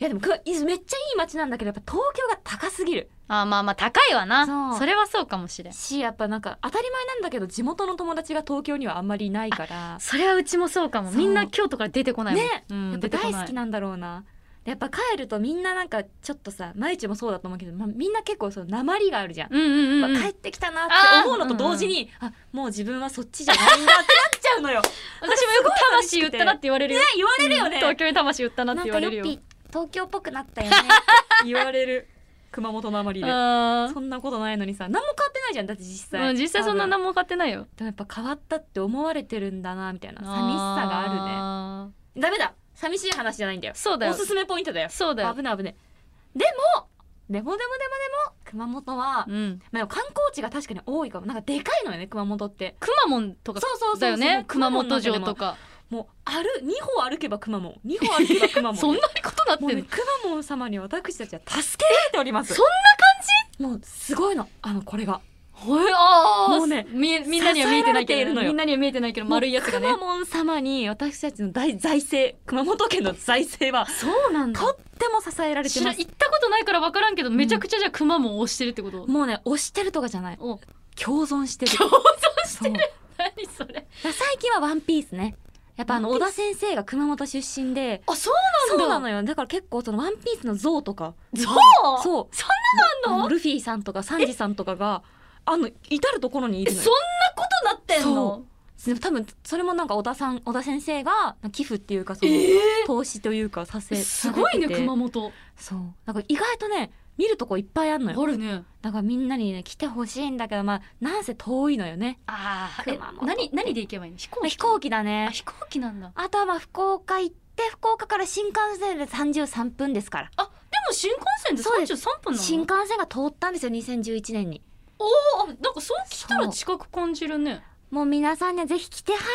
いやでもくめっちゃいい街なんだけどやっぱ東京が高すぎるあまあまあ高いわなそそうれはそうかもしれんしやっぱなんか当たり前なんだけど地元の友達が東京にはあんまりいないからそれはうちもそうかもそうみんな京都から出てこないもんねうんやっぱ出てこ大な好いきなんだろうな。でやっぱ帰るとみんななんかちょっとさ毎日もそうだと思うけど、まあ、みんな結構その鉛があるじゃん。うんうんうん、うんまあ帰ってきたなって思うのと同時にあ,、もう自分はそっちじゃないんだってなっちゃうの よ。ね私もよく魂言ったなって言われるよ、言われるよね。東京に魂言ったなってなん言かわヨれるッよピー東京っぽくなった よね言われる熊本の鉛で。あそんなことないのにさ何も変わってないじゃんだって実ーう際。ん実際そんな多分何も買ってないよでもやっぱ変わったって思われてるんだなみたいな寂しさがああるねるね。ダメだ寂しい話じゃないんだよ。そうだよおすすめポイントだよ。そうだよ危ない危ない。でもでもでもでもでも熊本は、うんまあ、でも観光地が確かに多いかもなんかでかいのよね熊本ってくまモンとそかうそうそうそうだよね熊本城熊本とかの中でももうある2歩歩けば熊本2歩歩けば 熊本そんなにことなってもうんねの熊本様に私たちは助けられておりますそんな感じもうすごいのあのこれがほえあーもうねみみんなには見えてない支えられていけるどのよみんなには見えてないけど丸いやつがねもう熊本様に私たちの大財政熊本県の財政はそうなんとっても支えられて知まらす行ったことないから分からんけどめちゃくちゃじゃあくまモンを押してるってこと、もうね押してるとかじゃないお共存してる共存してる何それだから最近はワンピースね。やっぱあの小田先生が熊本出身で、あそうそうなのよ。だから結構そのワンピースの像とか、そうそう、そあんなのあのんのルフィさんとかサンジさんとかが、あの至る所にいえるのそんなよ。ことなってんのでも多分それもなんか小田さん、小田先生が寄付っていうかその、投資というかさせ、すごいねされてて熊本そう。なんか意外とね、見るとこいっぱいあんのよ。あるねだからみんなにね来てほしいんだけど、まあなんせ遠いのよね。あーえ熊本何何で行けばいいの飛行まあ機飛行機だねあ。飛行機なんだあとはまあ福岡行って福岡から新幹線で33分ですからあでも新幹線でそうで三す十三分なの新幹線が通ったんですよ2011年におおなんかそう聞いたら近く感じるねもう皆さんにはぜひ来てはいよ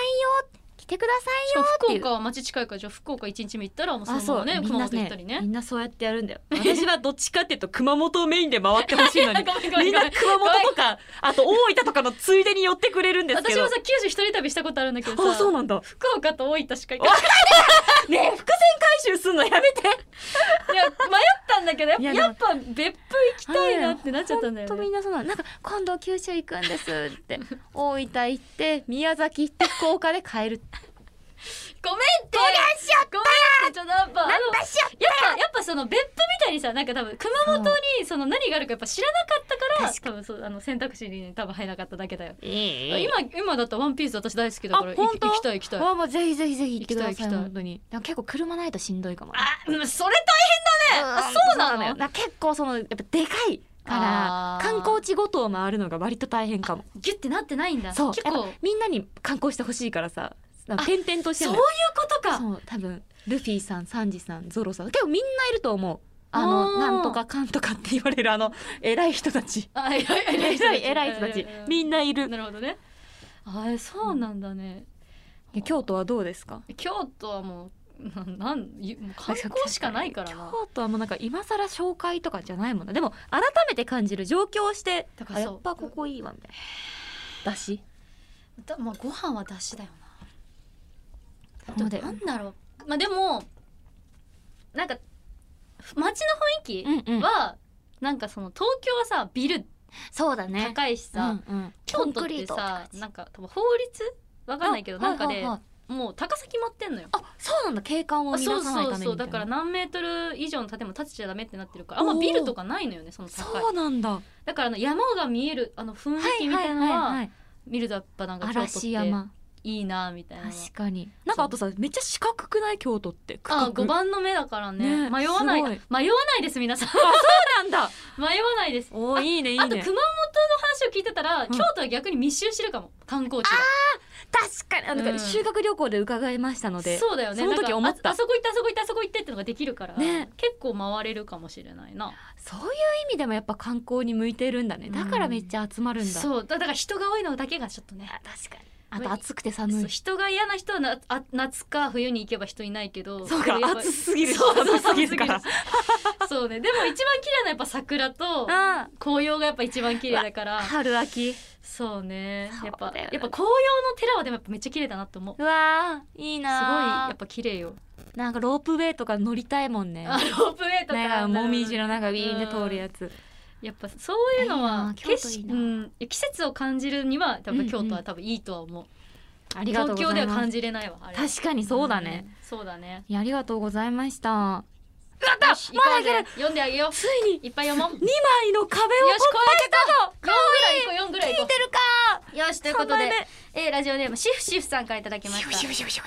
来てくださしかもって福いう岡は町近いからじゃあ福岡一日目行ったらもういそのままねみん熊な本行ったりみねんなそうやってやるんだよ私はどっちかっていうと熊本をメインで回ってほしいのに ごめんごめんごめんみんな熊本とかあと大分とかのついでに寄ってくれるんですけ私どもさ九州一人旅したことあるんだけどあさそうなんだ福岡と大分しか行か ねえ伏線回収すんのやめてないいや迷ったんだけどやっいぱやでもやっぱ別府行きたいなってなっちゃったんだよほんとみねんなそうなのなんか今度九州行くんですって大分行って宮崎行って福岡で帰るごめんって。しちゃった。ごめんってちょっとやっぱあのやっぱやっぱその別府みたいにさなんか多分熊本にその何があるかやっぱ知らなかったから多分そうあの選択肢に多分入らなかっただけだよ。今今だったらワンピース私大好きだからあい本当行きたい行きたい。ああもうぜひぜひぜひ行ってくだ行きたさいい行きたい本当にでも結構車ないとしんどいかもうんそれあそうなのよだから結構そのやっぱでかいからあー観光地ごとを回るのが割と大変かもとギュってなってないんだ。そう結やっ構ぱみんなに観光してほしいからさなんかあ点々としてそるういのうよことか。そう多分ルフィさんサンジさんゾロさん結構みんないると思うああのーなんとかかんとかって言われるあの偉い人たちあ偉い偉い偉い人たちみんないるなるほどね。あーそうなんだね。いや京都はどうですか京都はもうななんゆもう観光しかないからな。京都はもうなんか今更紹介とかじゃないもんなでも改めて感じる状況してだかあらやそうっぱここいいわみたいなだしだまあご飯は出汁だよそな。うでだよなんだろう。まあでもなんか街の雰囲うんう気んは、なんかその東京はさビルそうだね高いしさ、うんうん京都コンっクリてートってさ感なんか多分法律わかんないけどあなんかではいはいはいもう高さ決まってんのよ。あそうなんだ景観をあ乱さそうないそためうそにうみたいだからな何メートル以上の建物建てちゃダメってなってるからあんまビルとかないのよねその高いそうなんだだからあの山が見えるあの雰囲気みたいなのは,、い見るとやっぱなんか京都って嵐山いいなみたいなのは確かになんかあとさめっちゃ四角くない京都って区画あ五番の目だからねね迷わないすご迷いわないです皆 さんなんだ迷わないですおーいいねいいあと熊ね本の話を聞いてたら、京都は逆に密集してるかも観光地が確かにあのなんうんか修学旅行で伺いましたのでそうだよねその時思ったなんかああそこ行ってあそこ行ってあそこ行ってってのができるから、ね結構回れるかもしれないなそういう意味でもやっぱ観光に向いてるんだねだからめっちゃ集まるんだそうだだから人が多いのだけがちょっとね確かにあと暑くて寒そうい人が嫌な人はなあ夏か冬に行けば人いないけどそうかやっ ぱ暑すぎるそうそ寒うすぎるから寒すぎるしそうねでも一番綺麗なのはやっぱ桜とあ紅葉がやっぱ一番綺麗だからー春秋そうねやっそぱうだよやねっぱ紅葉の寺はでもやっぱめっちゃ綺麗だなと思うすうわーいいごいなやっぱ綺麗よぱなんかロープウェイとか乗りたいもんねあロープウェイとかなんかもみじの中ビーンうでん通るやつやっぱそういうのいいはな京都景色いいなうん季節を感じるには多分京う都んうはん多分いいとは思うありがとう東ござ京いますでは感じれないわあれは確かにそうだね、うんそうだねいやありがとうございましたやったまだ読んであげようついにいっぱい読もう 2枚の壁をよし、突四ぐらい行こう、四ぐらい行こう。聞いてるか。よし、ということで、えーラジオネームシフシフさんからいただきました。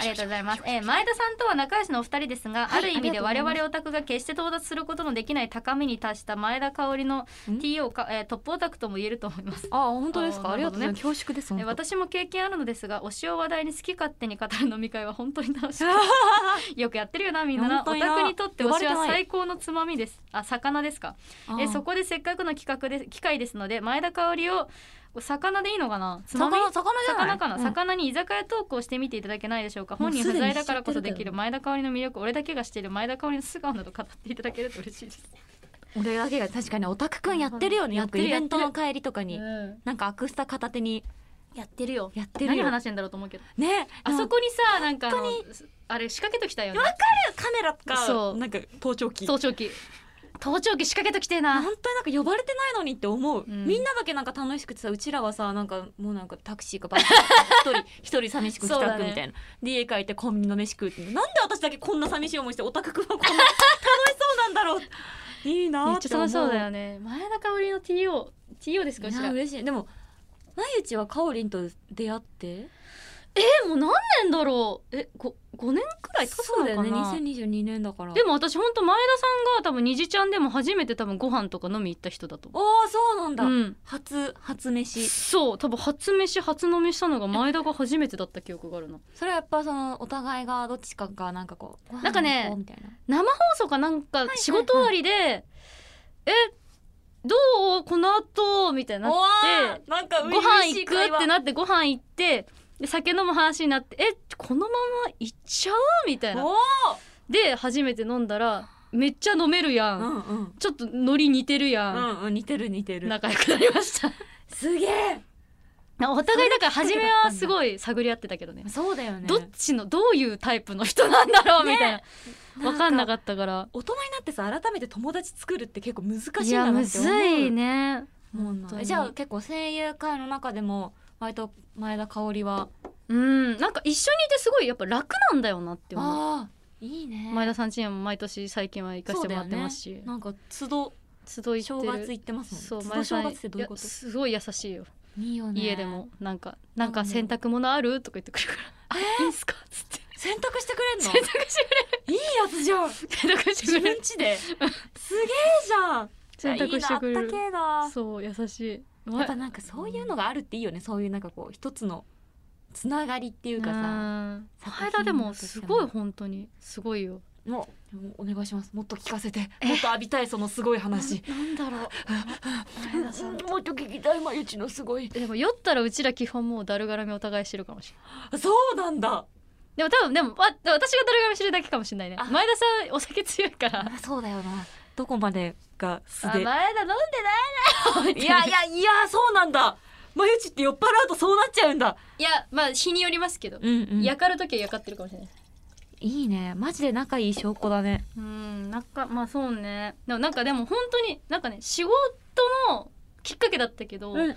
ありがとうございます。えー前田さんとは仲良しのお二人ですが、ある意味で我々オタクが決して到達することのできない高みに達した前田香織のん TO か、えートップオタクとも言えると思います。破あ本当ですかあーありがとうございます、恐縮ですえー本当私も経験あるのですが推しを話題に好き勝手に語る飲み会は本当に楽しくよくやってるよなみんなな本オ当になタクにとって呼ば推しれてないは最高のつまみですあ魚ですかえあーそこでせっかくの企画で機会ですので前田香織を魚でいいのかなつまみ魚魚じゃない魚かな、うん魚に居酒屋トークをしてみていただけないでしょうかもう本人す不でに在だからこそしでちゃってきるけるど前田香織の魅力俺だけが知っている前田香織の素顔など語っていただけると嬉しいです、俺だけが確かにオタクくんやってるよねやよってくるイベントの帰りとかになんかアクスタ片手にやってるよやってる何よ話してんだろうと思うけどねあそここにさなんかあのあれ仕掛けときたよねカメラかそうなんか盗聴器盗聴器盗聴器仕掛けときてえ本な当になんか呼ばれてないのにって思う、うんみんなだけなんか楽しくてさうちらはさなんかもうなんかタクシーかバ スか一人一人寂しく帰そう宅だねみたいな、で家帰ってコンビニの飯食うってなんで私だけこんな寂しい思いしてオタクくんはこんな楽しそうなんだろういいなめーっって思うちゃ楽しそうだよね前田香織の TO TO ですかいしやらー嬉しいでも毎日はかおりんと出会ってえもう何年だろうえご五年くらい経つそうだのよかねな、 2022年だからでも私ほんと前田さんが多分「にじちゃん」でも初めて多分ご飯とか飲み行った人だと思ああそうなんだ、う、うん、初初飯そう多分初飯初飲みしたのが前田が初めてだった記憶があるなそれはやっぱそのお互いがどっちかがなんかこうなんかねご飯行こうみたいな生放送かなんか仕事終わりで「えどうこの後みたいになっておー なんかご飯行くってなってご飯行ってで酒飲む話になって「えこのまま行っちゃう?」みたいなおで初めて飲んだら「めっちゃ飲めるや、うんんうんちょっとノリ似てるや」うんんうん似てる似てる仲良くなりま したすげえお互いだから初めはすごい探り合ってたけどねそうだよねどっちのどういうタイプの人なんだろうみたいな、分かんなかっったからた大人になってさ改めて友達作るって結構難しいんいだやなむって思ずういねもうな当にじゃあ結構声優界の中でも割と前田香織はうんなんか一緒にいてすごいやっぱ楽なんだよなって思うあーいいね前田さんちにも毎年最近は行かせてもらってますし、なんか都度集いって正る月行ってますそもうん都前度田さ正ん月ってどういうこいやとすごい優しいよいいよね家でもなんか「なんか洗濯物ある?」とか言ってくるから「えいいんすか?」っつって洗濯してくれんの洗濯してくいいやつじゃんれる洗濯して自くれ分る家 ですげえじ ゃん洗濯してくれいやいいなあったけるえなそう優しいやっぱなんかそういうのがあるっていいよねそういうなんかこう一つのつながりっていうかさうん作品前田でもすごい本当にすごいよもうもうお願いしますもっと聞かせてもっと浴びたいそのすごい 話なんだろうもっと聞きたいまゆちのすごいでも酔ったらうちら基本もうだるがらみお互いしてるかもしれないそうなんだでも多分でもわ私がだるがらみしてるだけかもしれないねあ前田さんお酒強いからそうだよなどこまでが素あで田飲んで ないいやい やいやそうなんだまゆちって酔っ払うとそうなっちゃうんだいやまあ日によりますけど、うんうんやかる時はやかってるかもしれないいいねマジで仲いい証拠だねうんなんかまあそうねでもなんかでも本当になんかね仕事のきっかけだったけど、あんまん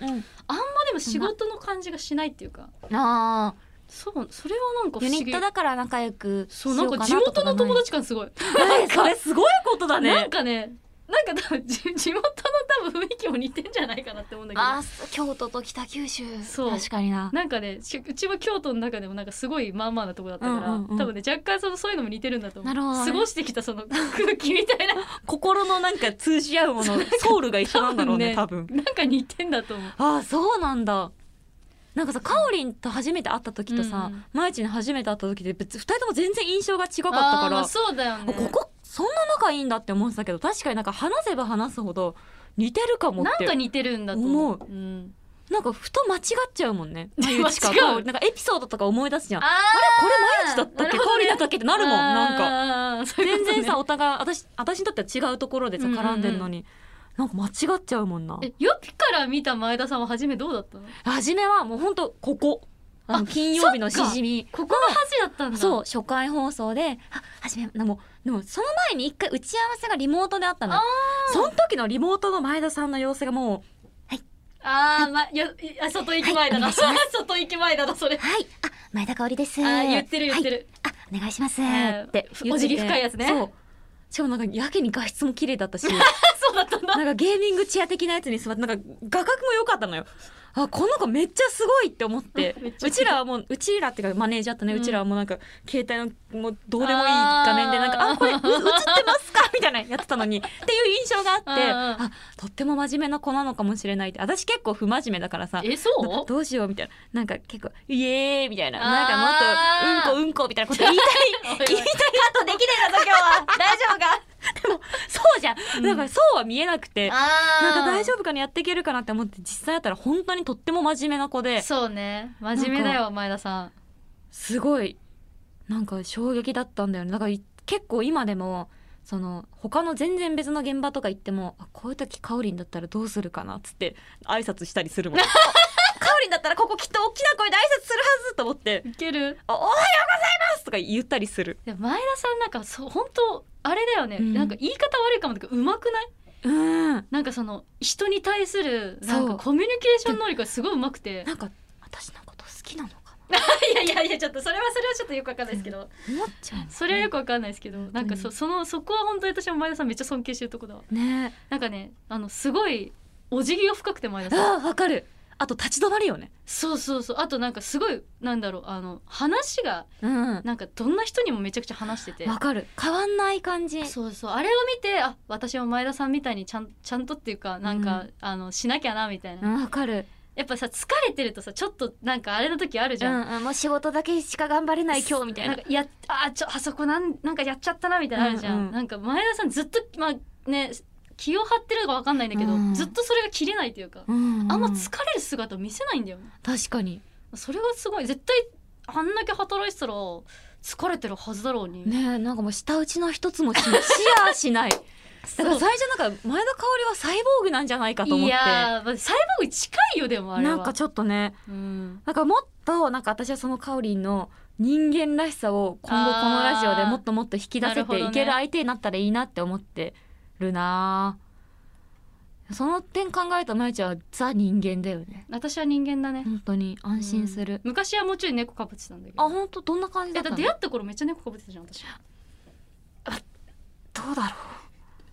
でも仕事の感じがしないっていうかああそうそれはなんか不ユ思議ニットだから仲良くそうなんか地元の友達感すごい達 それすごいことだなんねかねなんか多分じ地 元の多分雰囲気も似てんじゃないかなって思うんだけあどー京都と北九州そう確かにななんかねしうちは京都の中でもなんかすごいまあまあなとこだったから、うんうんうん多分ね若干そのそういうのも似てるんだと思うなるほどね過ごしてきたその空気みたいな心のなんか通じ合うも のソウルが一緒なんだろうね多多分なんか似てんだと思うああそうなんだなんかさかおりんと初めて会った時とさ、うんまゆちに初めて会った時で別に2人とも全然印象が違かったあーかまらあそうだよねあここそんな仲いいんだって思ってたけど確かになんか話せば話すほど似てるかもってなんか似てるんだと思う思うん、なんかふと間違っちゃうもん ね間違うまゆちかかおりなんかエピソードとか思い出すじゃんああれこれまゆちだったっけ、なるほかおどねりだったっけってなるもんなんかなんか全然さお 互い私私にとっては違うところでさうんうんうん絡んでるのに、なんか間違っちゃうもんなえよぴから見た前田さんは初めどうだったの初めはもうほんとここあの金曜日のしじみここが恥だったんだそう初回放送であ初めでもでもその前に一回打ち合わせがリモートであったのよその時のリモートの前田さんの様子がもうあー、まあ、よあ外行き前だな、 外行き前だなそれはいあ前田香織ですあー言ってる言ってる、る、はい、あお願いしますはいって言っててお辞儀深いやつねそうしかもなんかやけに画質も綺麗だったし そうだったんだなんかゲーミングチェア的なやつに座ってなんか画角も良かったのよあこの子めっちゃすごいって思ってめっちゃうちらはもううちらっていうかマネージャーだったね、ううんちらはもうなんか携帯のもうどうでもいい画面でなんかああーこれ映ってますかみたいなやってたのにっていう印象があってうんうんあとっても真面目な子なのかもしれないって私結構不真面目だからさえそなうどうしようみたいななんか結構「イエーイ!」みたいなあーなんかもっと「うんこうんこ」みたいなこと言いた い言いたいことできねえだぞ今日は大丈夫 かでもそうじゃん、だからそうは見えなくてなんか大丈夫かなやっていけるかなって思って実際やったら本当にとっても真面目な子でそうね真面目だよ前田さんすごいなんか衝撃だったんだよねだからい結構今でもその他の全然別の現場とか行ってもあこういう時かおりんだったらどうするかなっつって挨拶したりす るもんあかおりんだったらここきっと大きな声で挨拶するはずと思っていける「おおはようございます!」とか言ったりするでも前田さんなんかそう本当あれだよね、うんなんか言い方悪いかもだけどうまくないうんななんかその人に対するなんそかうコミュニケーション能力がすごいうまくてんか私のこと好きなのかいやいやいやちょっとそれはそれはちょっとよくわかんないですけど、な思っちゃそれはよくわかんないですけど、なんかそそのそこは本当に私も前田さんめっちゃ尊敬してるとこだわうねなんかねあのすごいお辞儀が深くて前田さんあわかるあと立ち止まるよねそうそうそうあとなんかすごいなんだろうあの話がうんなんかどんな人にもめちゃくちゃ話しててわかる変わんない感じそうそうあれを見てあ私も前田さんみたいにちゃんちゃんとっていうかなんか、うあのしなきゃなみたいな、うんわかるやっぱさ疲れてるとさちょっとなんかあれの時あるじうゃん、んうんもう仕事だけしか頑張れない今日みたいなんなかやあーちょあそこなんなんかやっちゃったなみたいなのあるじゃん、うんうんなんか前田さんずっとまあね気を張ってるのかわかんないんだけど、うんずっとそれが切れないというか、うんあんま疲れる姿を見せないんだよね確かにそれがすごい絶対あんだけ働いてたら疲れてるはずだろうに、ねえなんかもう舌打ちの一つもしないシェアしないだから最初なんか前田香織はサイボーグなんじゃないかと思っいてやーまあサイボーグ近いよでもあれはなんかちょっとねうん、なんかもっとなんか私はその香織の人間らしさを今後このラジオでもっともっと引き出あーなせるほどてねいける相手になったらいいなって思ってるなその点考えたまゆちゃんはザ人間だよね私は人間だね本当に安心する、昔はもうちょい猫かぶってたんだけあど本当どんな感じだえったのだ出会った頃めっちゃ猫かぶってたじゃん私どうだろ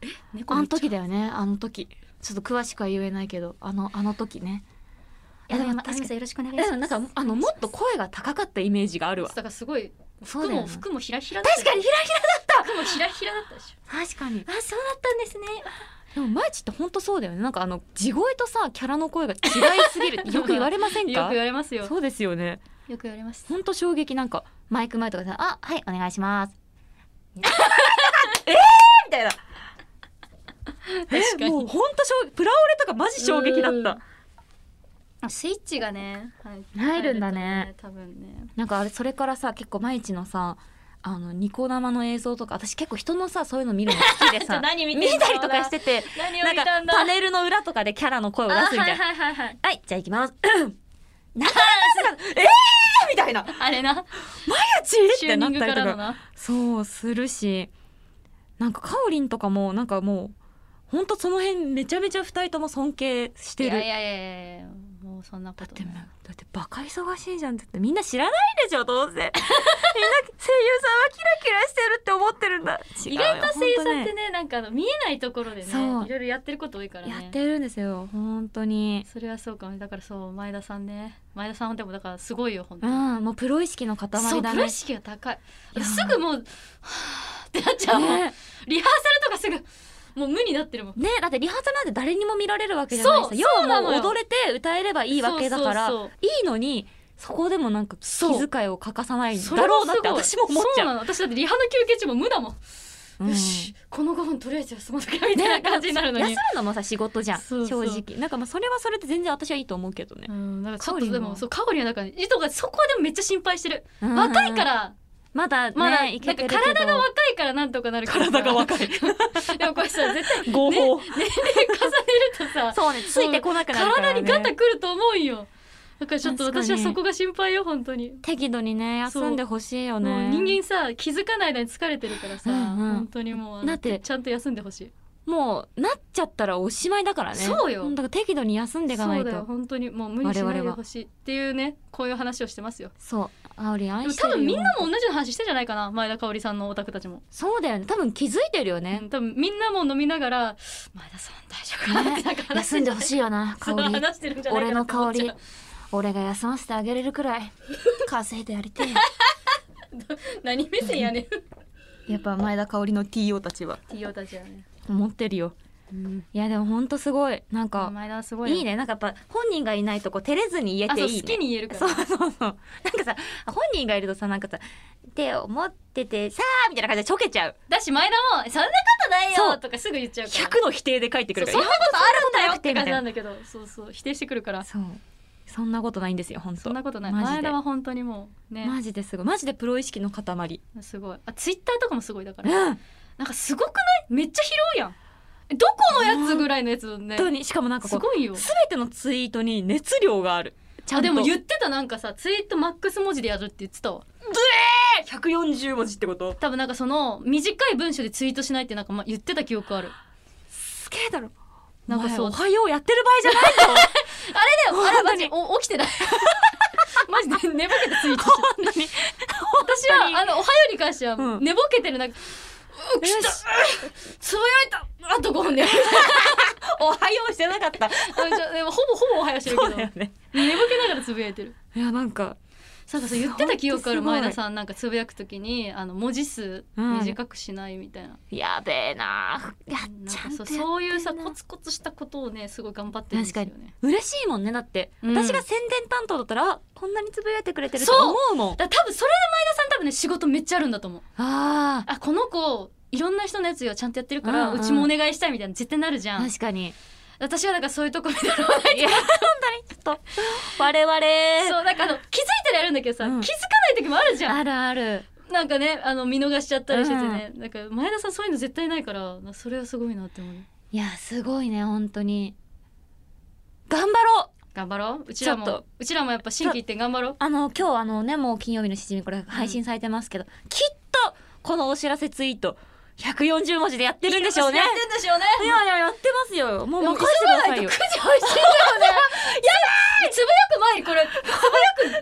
う猫あめのっちゃ時だよねあの時ちょっと詳しくは言えないけどあのあの時ねいやでもあすけさんよろしくお願いしますうんなんかあのもっと声が高かったイメージがあるわだからすごいそう服だよもね服もひらひらだった確かにひらひらだった服もひらひらだったでし確かにあそうだったんですねでもまゆちって本当そうだよねなんかあの地声とさキャラの声が違いすぎるってよ く言われませんょかよく言われますよそうですよねよく言われます本当衝撃なんかマイク前とかさあはいお願いしますえーみたいな確かにもう本当衝撃プラオレとかマジ衝撃だっうたんスイッチがね入入るんだね入ると多分ねなんかあれそれからさ結構毎日のさあのニコ生の映像とか私結構人のさそういうの見るの好き でさ何見てん見のたりとかしてて何をなん見かたんだパネルの裏とかでキャラの声を出すみたいな「はいあはいはいはいはいじゃあ行き ます」なかなかえーみたいなあれな「チー!」っチュてーニなっングたかりとらかのなそうするしなんかかおりんとかもなんかもうほんとその辺めちゃめちゃ二人とも尊敬しいてるやいやいやいやもうそんなこだっとてないだってバカ忙しいじゃんってみんな知らないでしょどう せみんな声優さんはキラキラしてるって思ってるんだ意外と声優さんってねねなんかあの見えないところでそねういろいろやってること多いからねやってるんですよ本当にそれはそうかもねだからそう前田さんね前田さんはでもだからすごいよ本当うに、んもうプロ意識の塊だねそうプロ意識が高いいやすぐもうはぁってなっちゃうもん、ねリハーサルとかすぐもう無になってるもんねだってリハーサルなんて誰にも見られるわけじゃないそさう要そうなはのもよう踊れて歌えればいいわけだからそうそういいのにそこでもなんかそう気遣いを欠かさないそうだろうなっそてれは私すもごい思っちそうゃうなの私だってリハの休憩中も無だもん、うんよしこの5分とりあえず休まなきゃみたいな感じになるのに、休むのもさ仕事じゃんそうそう正直なんかまあそれはそれで全然私はいいと思うけどねうん、なんかちかょっおりとんではもそうかおりんはだからね糸がそこはでもめっちゃ心配してる、うん若いからまだねまだ、いなけんかてるけど体が若いからなんとかなるけどさいでもこれさ絶対合法、年齢重ねるとさそうねついてこなくなるから、体ね、にガタくると思うよだからちょっと確かに私はそこが心配よ本当に適度にねそう休んでほしいよもうね人間さ気づかない間に疲れてるからさ、うんうん本当にもうあのだってちゃんと休んでほしいもうなっちゃったらおしまいだからねそうよんだから適度に休んでいかなそいうとだそよう本当にもう無理しない我で々はほしいっていうねこういう話をしてますよあおりんで愛もして多るよ分みんなも同じような話してんじゃないかな前田香織さんのオタクたちも、そうだよね多分気づいてるよねう、ん多分みんなも飲みながら前田さん大丈夫かなってなんか話休んでほいしいよな香そうり話してるんじゃない俺かなのって思香っちゃうり俺が休ませてあげれるくらい稼いでやりてえ何目線やね んやっぱ前田香織の TO たちは TO たちはね、思ってるようん、いやでもほんとすごいなんか前田はすごいよいいねなんかやっぱ本人がいないとこう照れずに言えあてそういい好きねに言えるかそうらそうそうなんかさ本人がいるとさなんかさって思っててさあみたいな感じでちょけちゃうだし前田も「そんなことないそよ!」うとかすぐ言っちゃうから100の否定で書いてくそうるそかんらなことあるんだよってみた感いじななんだけどそうそう否定してくるからそうそんなことないんですよ本当そんなことないマジ前で田は本当にもうねマジですごいマジでプロ意識の塊すごいあツイッターとかもすごいだから本なんかすごくないめっちゃ広いやんえどこのやつぐらいのやつだね当にしかもなんかすこうごいよ全てのツイートに熱量があるちゃあんとでも言ってたなんかさツイートマックス文字でやるって言ってたわ140文字ってこと多分なんかその短い文章でツイートしないってなんかまあ言ってた記憶あるすげえだろなんかそうお前おはようやってる場合じゃないぞあれだよあれ本マ当ジにお起きて ないマジで寝ぼけてツイートしてた本当に私はあのおはように関してはうん寝ぼけてるなんか、うきたつぶやいたあと5分でおはようしてなかったでもほぼほぼおはようしてるそけうどだよね寝ぼけながらつぶやいてるいやなんかそうかそう言ってた記憶あるほんとすご前い田さんなんかつぶやくときにあの文字数うん短くしないみたいな,、やべえなやなんちゃかんそとうやっそういうさてんなコツコツしたことをねすごい頑張ってるんですよね嬉しいもんねだって、うん私が宣伝担当だったらあこんなにつぶやいてくれてるってそう思うもんだから多分それで前田さん多分ね仕事めっちゃあるんだと思うああこの子いろんな人のやつをちゃんとやってるから、ううんうんちもお願いしたいみたいな絶対なるじゃん確かに私はだからそういうとこ見たら いや本当にちょっと我々そうなんかあの気づいたらやるんだけどさ、うん気づかない時もあるじゃ んあるあるなんかねあの見逃しちゃったりしててね、なんか前田さんそういうの絶対ないからなそれはすごいなって思ういやすごいね本当に頑張ろう頑張ろううちらちょっもとうちらもやっぱ新規一点頑張ろうあの今日あのねもう金曜日のしじみこれ配信されてますけど、きっとこのお知らせツイート140文字でやってるんでしょうね。やってんでしょうね。 いやいや、 やってますよ。もうでも任急せてくがだなさいと9いよ。 時配信だよね。やばいつぶやく前にこれ、つぶやく、そんなに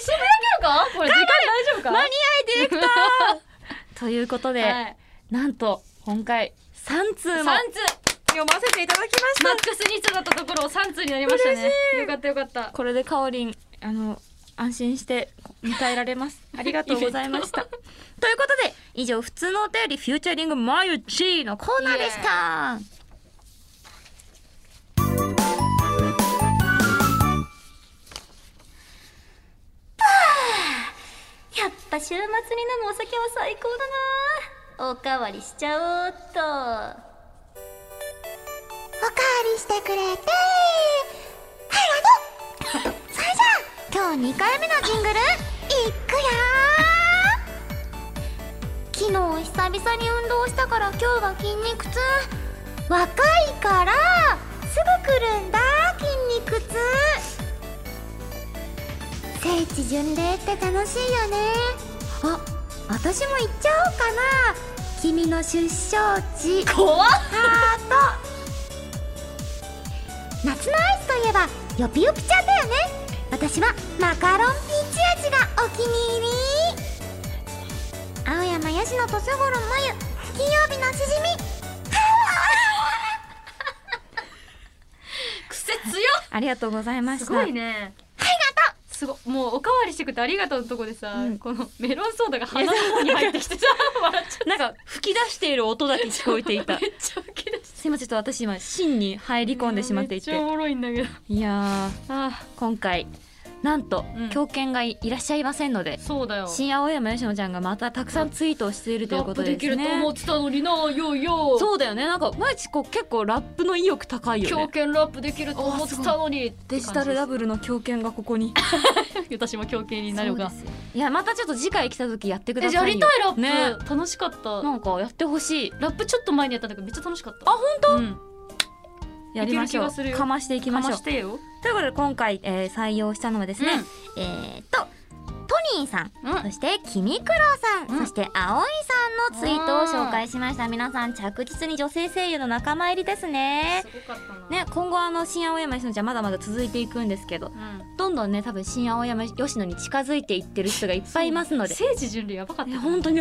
つぶやけるかこれ時間大丈夫か間に合いディレクターということで、 はいなんと、今回、3通も三通読ませていただきましマックス2通だったところを3通になりましたね。よかったよかった。これでかおりんあの安心して迎えられ ますありがとうございましたということで以上普通のお便りフューチャリングまゆちのコーナーでしたやっぱ週末に飲むお酒は最高だなおかわりしちゃおうっとおかわりしてくれてはいありがとう それじゃあ今日2回目のジングルいっくよー昨日久々に運動したから今日は筋肉痛若いからすぐ来るんだ筋肉痛聖地巡礼って楽しいよねあ私も行っちゃおうかな君の出生地怖っハート夏のアイスといえばよぴよぴちゃんだよね私はマカロンピーチ味がお気に入り青山やしの年頃まゆ金曜日のしじみ癖強っありがとうございましたすごいねすごもうおかわりしてくってありがとうのとこでさ、うんこのメロンソーダが鼻の方に入ってきてさ笑っちゃなんか吹き出している音だけ聞こえて いためっちゃウケ出しすいませんちょっと私今芯に入り込んでしまっていてめっちゃおもろいんだけどいやあー今回なんと、うん狂犬がいらっしゃいませんのでそうだよ新青山佳乃ちゃんがまたたくさんツイートをしているといラうこッとプでですきねると思ってたのになよいよそうだよねなんか毎日こう結構ラップの意欲高いよ狂ね犬ラップできると思ってたのにデジタルラ ブルルの狂犬がここ に私も狂犬になるがそうですよいやまたちょっと次回来た時やってくだえさいじゃよあやりたいラップ、ね楽しかったなんかやってほしいラップちょっと前にやったんだけどめっちゃ楽しかったあ本当、うん、やりましょいうける気がするよかましていきかましょまうしてよということで今回、えー採用したのはですね、えーっとトニーさん、うんそしてキミクロさん、そして葵さんのツイートを紹介しました皆さん着実に女性声優の仲間入りですねすごかったねな、今後あの新青山佳乃ちゃんまだまだ続いていくんですけどうんどんどんね多分新青山佳乃に近づいていってる人がいっぱいいますので聖地巡礼やばかったえよ本当に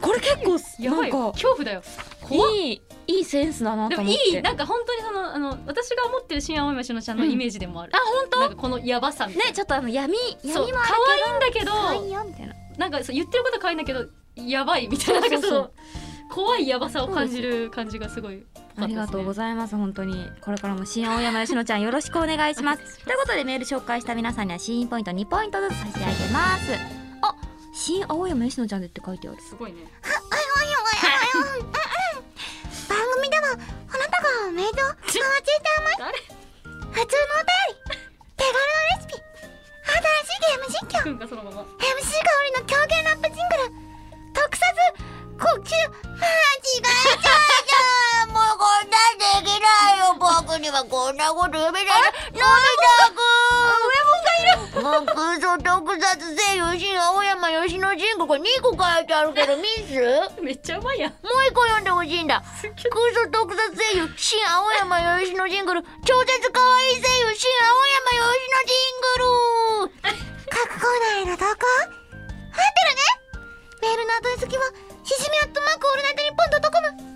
これ結構やばいなんよか恐怖だよいいいいセンスだなでとも思っいていなんか本当にそのあの私が思ってる新青山佳乃ちゃんのイメージでもある、あ本当なんかこのやばさみたいねちょっとあの闇なそう闇も可愛いんだけどいよみたいななんかそう言ってることは可愛いんだけどやばいみたいななんそうそかうそそうの怖いやばさを感じる感じがすごいありがとうござざいいます本当にこれからも新青山佳乃ちゃんよろしくお願いします ということでメール紹介した皆さんには新ポイント2ポイントずつ差し上げますあ新青山佳乃ちゃんでって書いてあるますすごいね番組ではあなたがメイドをお待ちしております普通のお便り手軽なレシピ新しいゲーム実況くんがそのまま MC 香りの狂犬ラップジングル特撮呼吸間違えちゃうじゃんもうこんなんできないよ僕にはこんなこと読めないのび太くん上もがいる僕ぞ特撮声優新青山吉野神宮これ2個書いてあるけどミスめっちゃうまいやんもう一個読んでほしいんだ。クソ特撮声優、新青山よしのジングル。超絶可愛い声優、新青山よしのジングル。各コーナーへの投稿待ってるねメールの後付きは、しじみアットマークオールナイトニッポンドットコム。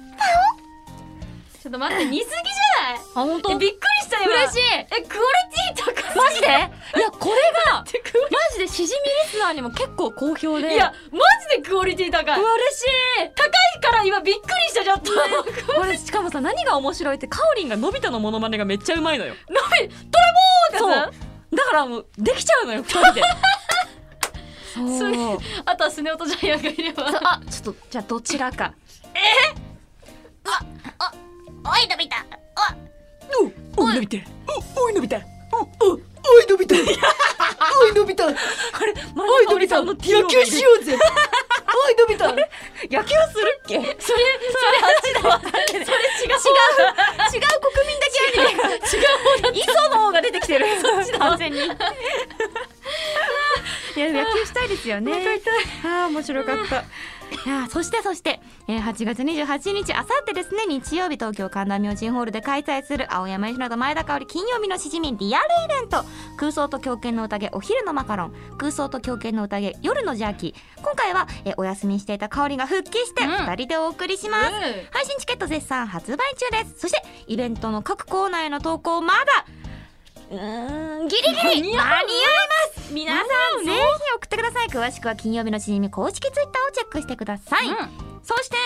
ちょっと待って似すぎじゃないあ本当えびっくりしたよ嬉しいえクオリティ高マジでいやこれ がすぎてクオリマジでしじみリスナーにも結構好評でいやマジでクオリティ高い嬉しい高いから今びっくりしたちょっとのび これしかもさ何が面白いってかおりんがのび太のモノマネがめっちゃうまいのよドラゴンってやだからもうできちゃうのよ二人 でそうすげつあとはスネ夫とジャイアンがいればあちょっとじゃあどちらかおい、のび太おおおい伸びておおい伸びておい伸び たおい伸びたおいあれおい伸びたの TO がいるよ うぜおい伸びた野球するっけ違う違うそれそれあっちだわそれ違う国民だけアニメ違う磯の方が出てきてる そっちだ完全にいや野球したいですよねああ面白かったいやそしてそして、ええー8月28日あさってですね日曜日東京神田明神ホールで開催する青山吉野と前田香織金曜日のしじみリアルイベント空想と狂犬の宴お昼のマカロン空想と狂犬の宴夜のジャーキー今回は、えーお休みしていた香織が復帰してうん2人でお送りします、う配信チケット絶賛発売中ですそしてイベントの各コーナーへの投稿まだうーんギリギリ間に合います皆さんぜひ送ってください詳しくは金曜日のしじみ公式ツイッターをチェックしてください、そして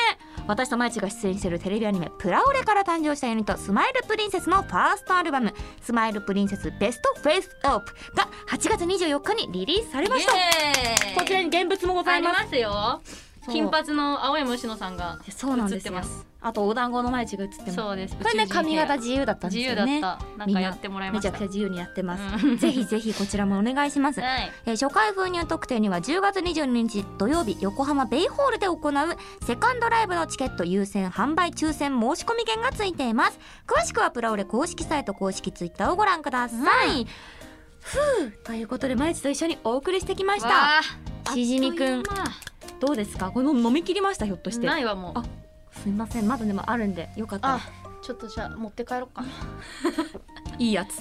私とまいちが出演しているテレビアニメ「プラオレ」から誕生したユニットスマイルプリンセスのファーストアルバム「スマイルプリンセスベストフェイスオープ」が8月24日にリリースされましたこちらに現物もござあいりますますよそう金髪の青山吉野さんがそうなんです映よってますあとお団子のまいちが映ってますそうですこれね宇宙人髪ヘア型自由だったんで自す由よだっねたなんかやってもらいめまちしゃたくちゃ自由にやってます、うんぜひぜひこちらもお願いします、はいえー初回封入特典には10月22日土曜日横浜ベイホールで行うセカンドライブのチケット優先販売抽選申し込み券がついています詳しくはプラオレ公式サイト公式ツイッターをご覧ください、ふうということで毎日と一緒にお送りしてきましたわしじみくんあどうですかこの飲み切りましたひょっとしてないわもうあすいませんまだでもあるんでよかったらあちょっとじゃあ持って帰ろうかないいやつ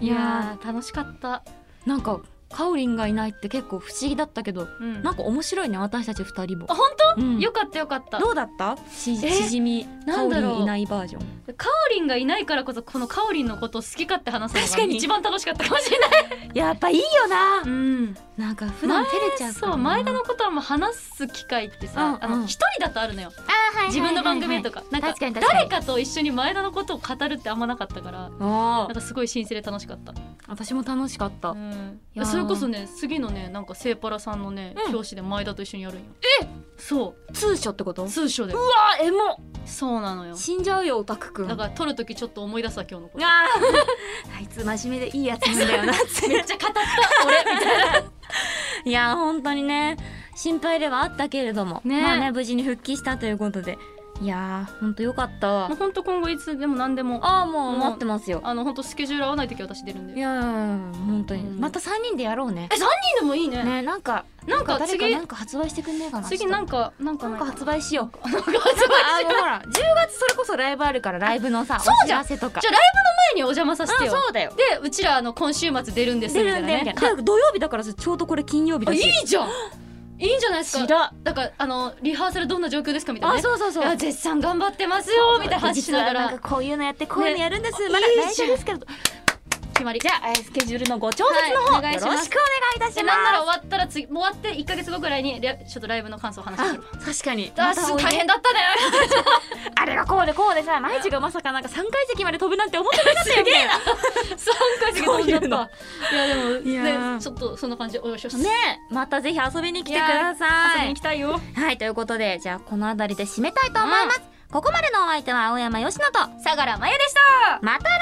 いやー楽しかったなんかカオリンがいないって結構不思議だったけどうんなんか面白いね私たち二人もあ、本当、うんよかったよかったどうだったしえしじみカなオんリだろうンいないバージョンカオリンがいないからこそこのカオリンのことを好き勝手話す確のかがに一番楽しかったかもしれないやっぱいいよなうんなんか普段照れちゃうからそう前田のことはもう話す機会ってさ、うんうんあの一人だとあるのよ、はい自分の番組とか、なん確かにか確か誰にかと一緒に前田のことを語るってあんまなかったからあなんかすごい新鮮で楽しかった、ー私も楽しかったうんいやーそれこそね次のねなんかセーパラさんのね、うん表紙で前田と一緒にやるんよえそ通所ってことう通称であエモそうなのよ死んじゃうよオタクくんだから撮る時ちょっと思い出すわ今日のことあー あいつ真面目でいいやつなんだ よなってめっちゃ語った俺みたいないやー本当にね心配ではあったけれども、ねまあね無事に復帰したということでいやー本当よかったわもう本当今後いつでも何でもあああもうもう待ってますよあの本当スケジュール合わない時は私出るんでいやー本当に、うんまた三人でやろうねえ三人でもいいねねなんかなんか誰か次なんか発売してくんねえかな次ちょっとなんかなんかななんいか発売しよう。なんか発なん売かあのほら、10月それこそライブあるからライブのさ、そうお知じゃんらせとか。じゃあ前にお邪魔させてあよそうだよ。でうちらあの今週末出るんですみたいなねで土曜日だからさちょうどこれ金曜日あだいし。いじゃんいいんじゃないです知からん。だからあのリハーサルどんな状況ですかみたいなあ、ねそうそうそういや。絶賛頑張ってますよみたいな話しなが実はらんかこういうのやってこういうのやるんです。まだいい来じ週ゃんですけど。決まりじゃあえースケジュールのご調節のはい方、お願いよしろますしくお願いいたでしなんならま終わったら次もう終わって一ヶ月後ぐらいにリャちょっとライブの感想を話してみるす。確かに。あす大変だったね あれがこうでこうでさ、毎日がまさかなんか三階席まで飛ぶなんて思ってなかったよ。すげえな。三回席飛んじゃったいやでもいやーねちょっとそんな感じでお願いしますねえ、またぜひ遊びに来てください。遊びに来たいよはい、ということで、じゃあこの辺りで締めたいと思います。ここまでのお相手は青山佳乃と、相良真由でしたまた来